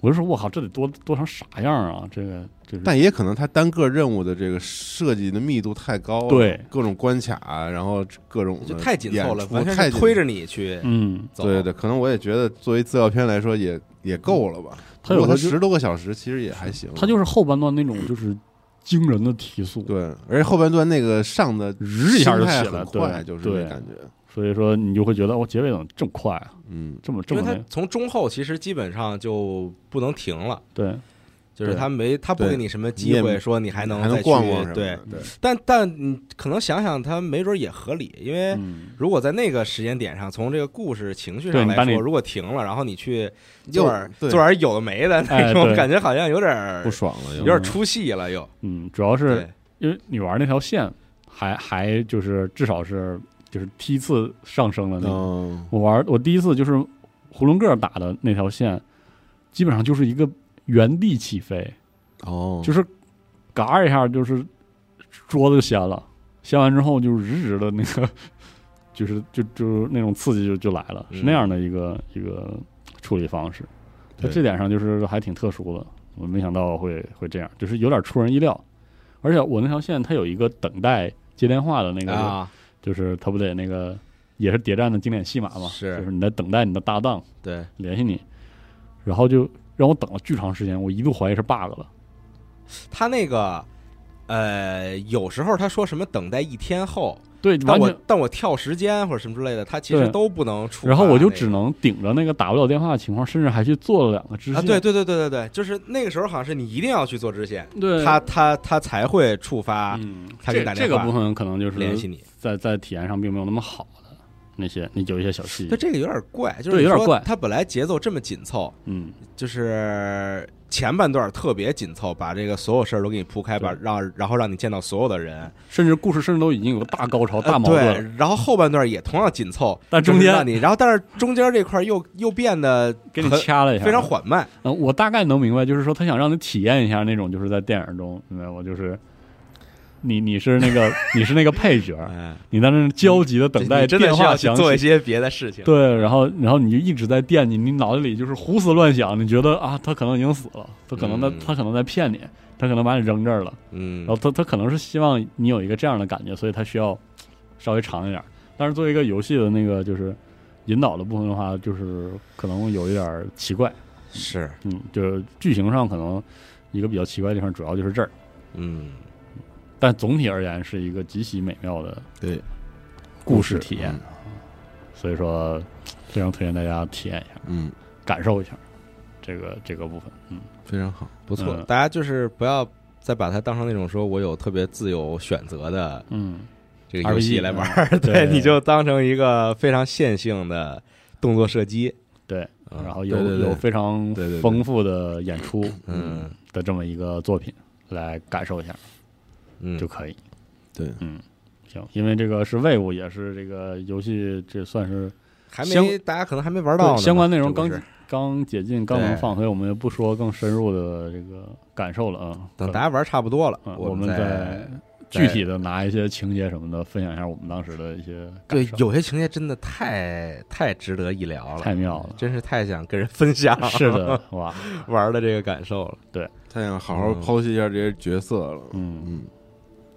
B: 我就说，我靠，这得多多成啥样啊？这个就是
C: 但也可能它单个任务的这个设计的密度太高了，
B: 对
C: 各种关卡，然后各种
D: 就
C: 的
D: 太紧凑了，
C: 嗯演出
D: 完全
C: 太
D: 是
C: 紧
D: 推着你去
B: 嗯，
D: 走。
C: 对对对，可能我也觉得作为资料片来说也也够了吧。
B: 它
C: 如
B: 有
C: 果
B: 的
C: 它
B: 就
C: 十多个小时，其实也还行。
B: 它就是后半段那种就是惊人的提速，
C: 对，而且后半段那个上的
B: 日一下就
C: 心态
B: 起来
C: 很
B: 对
C: 快，就是
B: 对
C: 那感觉。
B: 所以说你就会觉得我、哦结尾怎么这么快啊，
C: 嗯，
B: 这么这
D: 因
B: 么
D: 为它
B: 那
D: 从中后其实基本上就不能停了，
B: 对
D: 就是
B: 对
D: 他没他不
C: 对
D: 给你什么
C: 你
D: 机
C: 也
D: 会，说你还能
C: 还能
D: 再去
C: 逛逛什么
D: 对
C: 的，，对，
D: 但但你可能想想，他没准也合理，因为
B: 嗯，
D: 如果在那个时间点上，从这个故事情绪
B: 对
D: 上
B: 你
D: 来
B: 把
D: 说，
B: 你
D: 如果停了，然后你去
C: 又
D: 做点儿
C: 对
D: 做点儿有的没的那
B: 哎
D: 种，
B: 对
D: 感觉好像有点儿
C: 不爽了
D: 有
C: 又。
D: 点儿出戏了又。
B: 嗯，主要是因
D: 对，
B: 为你玩那条线还还就是至少是就是梯次上升的那种。
C: 嗯，
B: 我玩我第一次就是囫囵个儿打的那条线，基本上就是一个原地起飞，
C: 哦，
B: 就是嘎一下就是桌子就掀了，掀完之后就是直直的那个，就是就就是那种刺激就就来了，是那
D: 嗯
B: 样的一个、一个处理方式。在
C: 对
B: 这点上就是还挺特殊的，我没想到会会这样，就是有点出人意料。而且我那条线它有一个等待接电话的那个，
D: 啊，
B: 就是它不得那个也是谍战的经典戏码嘛，
D: 是
B: 就是你在等待你的搭档
D: 对，
B: 联系你，然后就让我等了巨长时间，我一度怀疑是 bug 了。
D: 他那个呃，有时候他说什么等待一天后，
B: 对，
D: 但
B: 完
D: 我
B: 全
D: 但我跳时间或者什么之类的，他其实
B: 对
D: 都不能出发
B: 然
D: 那个。
B: 后我就只能顶着那个打不了电话的情况，甚至还去做了两个支线。
D: 啊，对对对对对对，就是那个时候好像是你一定要去做支线，
B: 对，
D: 他他他才会触发
B: 嗯，
D: 他给
B: 这
D: 你打电
B: 这个
D: 话
B: 部分可能就
D: 联系
B: 是
D: 你。
B: 在在体验上并没有那么好的那些，你有一些小细
D: 对，
B: 节。
D: 这个有点怪，就是
B: 对
D: 你
B: 有点
D: 说
B: 怪
D: 他本来节奏这么紧凑，
B: 嗯，
D: 就是前半段特别紧凑，把这个所有事儿都给你铺开，
B: 对
D: 把让然后让你见到所有的人，
B: 甚至故事甚至都已经有个大高潮、大
D: 呃
B: 矛盾了。
D: 对，然后后半段也同样紧凑，
B: 但中
D: 就是
B: 间
D: 让你，然后但是中间这块儿又又变得
B: 给你
D: 很
B: 掐了一下，
D: 非常缓慢，
B: 呃。我大概能明白，就是说他想让你体验一下那种，就是在电影中，明白我就是你你是那个你是那个配 角，
D: 嗯，
B: 你在那儿焦急的等待
D: 真的
B: 电
D: 需要
B: 话
D: 去
B: 响
D: 做一
B: 起。
D: 些别的事情，
B: 对，然后然后你就一直在惦记，你脑子里就是胡思乱想，你觉得啊，他可能已经死了，他可能在、
D: 嗯
B: 他可能在骗你，他可能把你扔这儿了，
D: 嗯
B: 然后，他他可能是希望你有一个这样的感觉，所以他需要稍微长一点儿。但是作为一个游戏的那个就是引导的部分的话，就是可能有一点儿奇怪，
D: 是，
B: 嗯，就是剧情上可能一个比较奇怪的地方，主要就是这儿。
D: 嗯，
B: 但总体而言是一个极其美妙的
C: 对
B: 故事体验
C: 嗯，
B: 所以说非常推荐大家体验一下，
C: 嗯，
B: 感受一下这个这个部分。嗯，
C: 非常好。
D: 不错，
B: 嗯
D: 大家就是不要再把它当成那种说我有特别自由选择的
B: 嗯，
D: 这个游戏
B: RPG
D: 来玩儿， 对，
B: 嗯对
D: 你就当成一个非常线性的动作射击，
B: 对，
D: 嗯
B: 然后有
C: 对对对
B: 有非常
C: 对对对
B: 丰富的演出，
D: 嗯
B: 的这么一个作品来感受一下
D: 嗯，
B: 就可以。
C: 对，
B: 嗯，行，因为这个是魏物，也是这个游戏，这算是
D: 还没
B: 相
D: 大家可能还没玩到呢嘛
B: 对相关内容
D: 这不
B: 刚
D: 是
B: 刚解禁，刚
D: 对
B: 能放，所以我们就不说更深入的这个感受了啊。
D: 等大家玩差不多了，
B: 嗯，
D: 我
B: 们
D: 再
B: 再具体的拿一些情节什么的分享一下我们当时的一些感
D: 对
B: 受。
D: 有些情节真的太太值得一聊了，
B: 太妙了
D: 真是太想跟人分 享
B: 是的，哇，
D: 玩的这个感受了，
C: 太想好好
D: 嗯
C: 剖析一下这些角色了。
B: 嗯，
C: 嗯，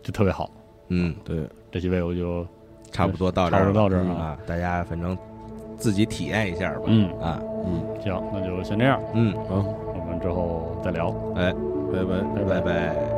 B: 就特别好。
D: 嗯，
C: 对，
B: 这期魏物就
D: 差不多到这
B: 差
D: 儿
B: 不多到
D: 了
B: 这儿
D: 嗯
B: 了，
D: 啊，大家反正自己体验一下吧，
B: 嗯
D: 啊，
C: 嗯，
B: 行，那就先这样，
D: 嗯，
C: 好，
B: 我们之后再聊，
D: 哎，
C: 拜拜。
B: 拜
D: 拜。拜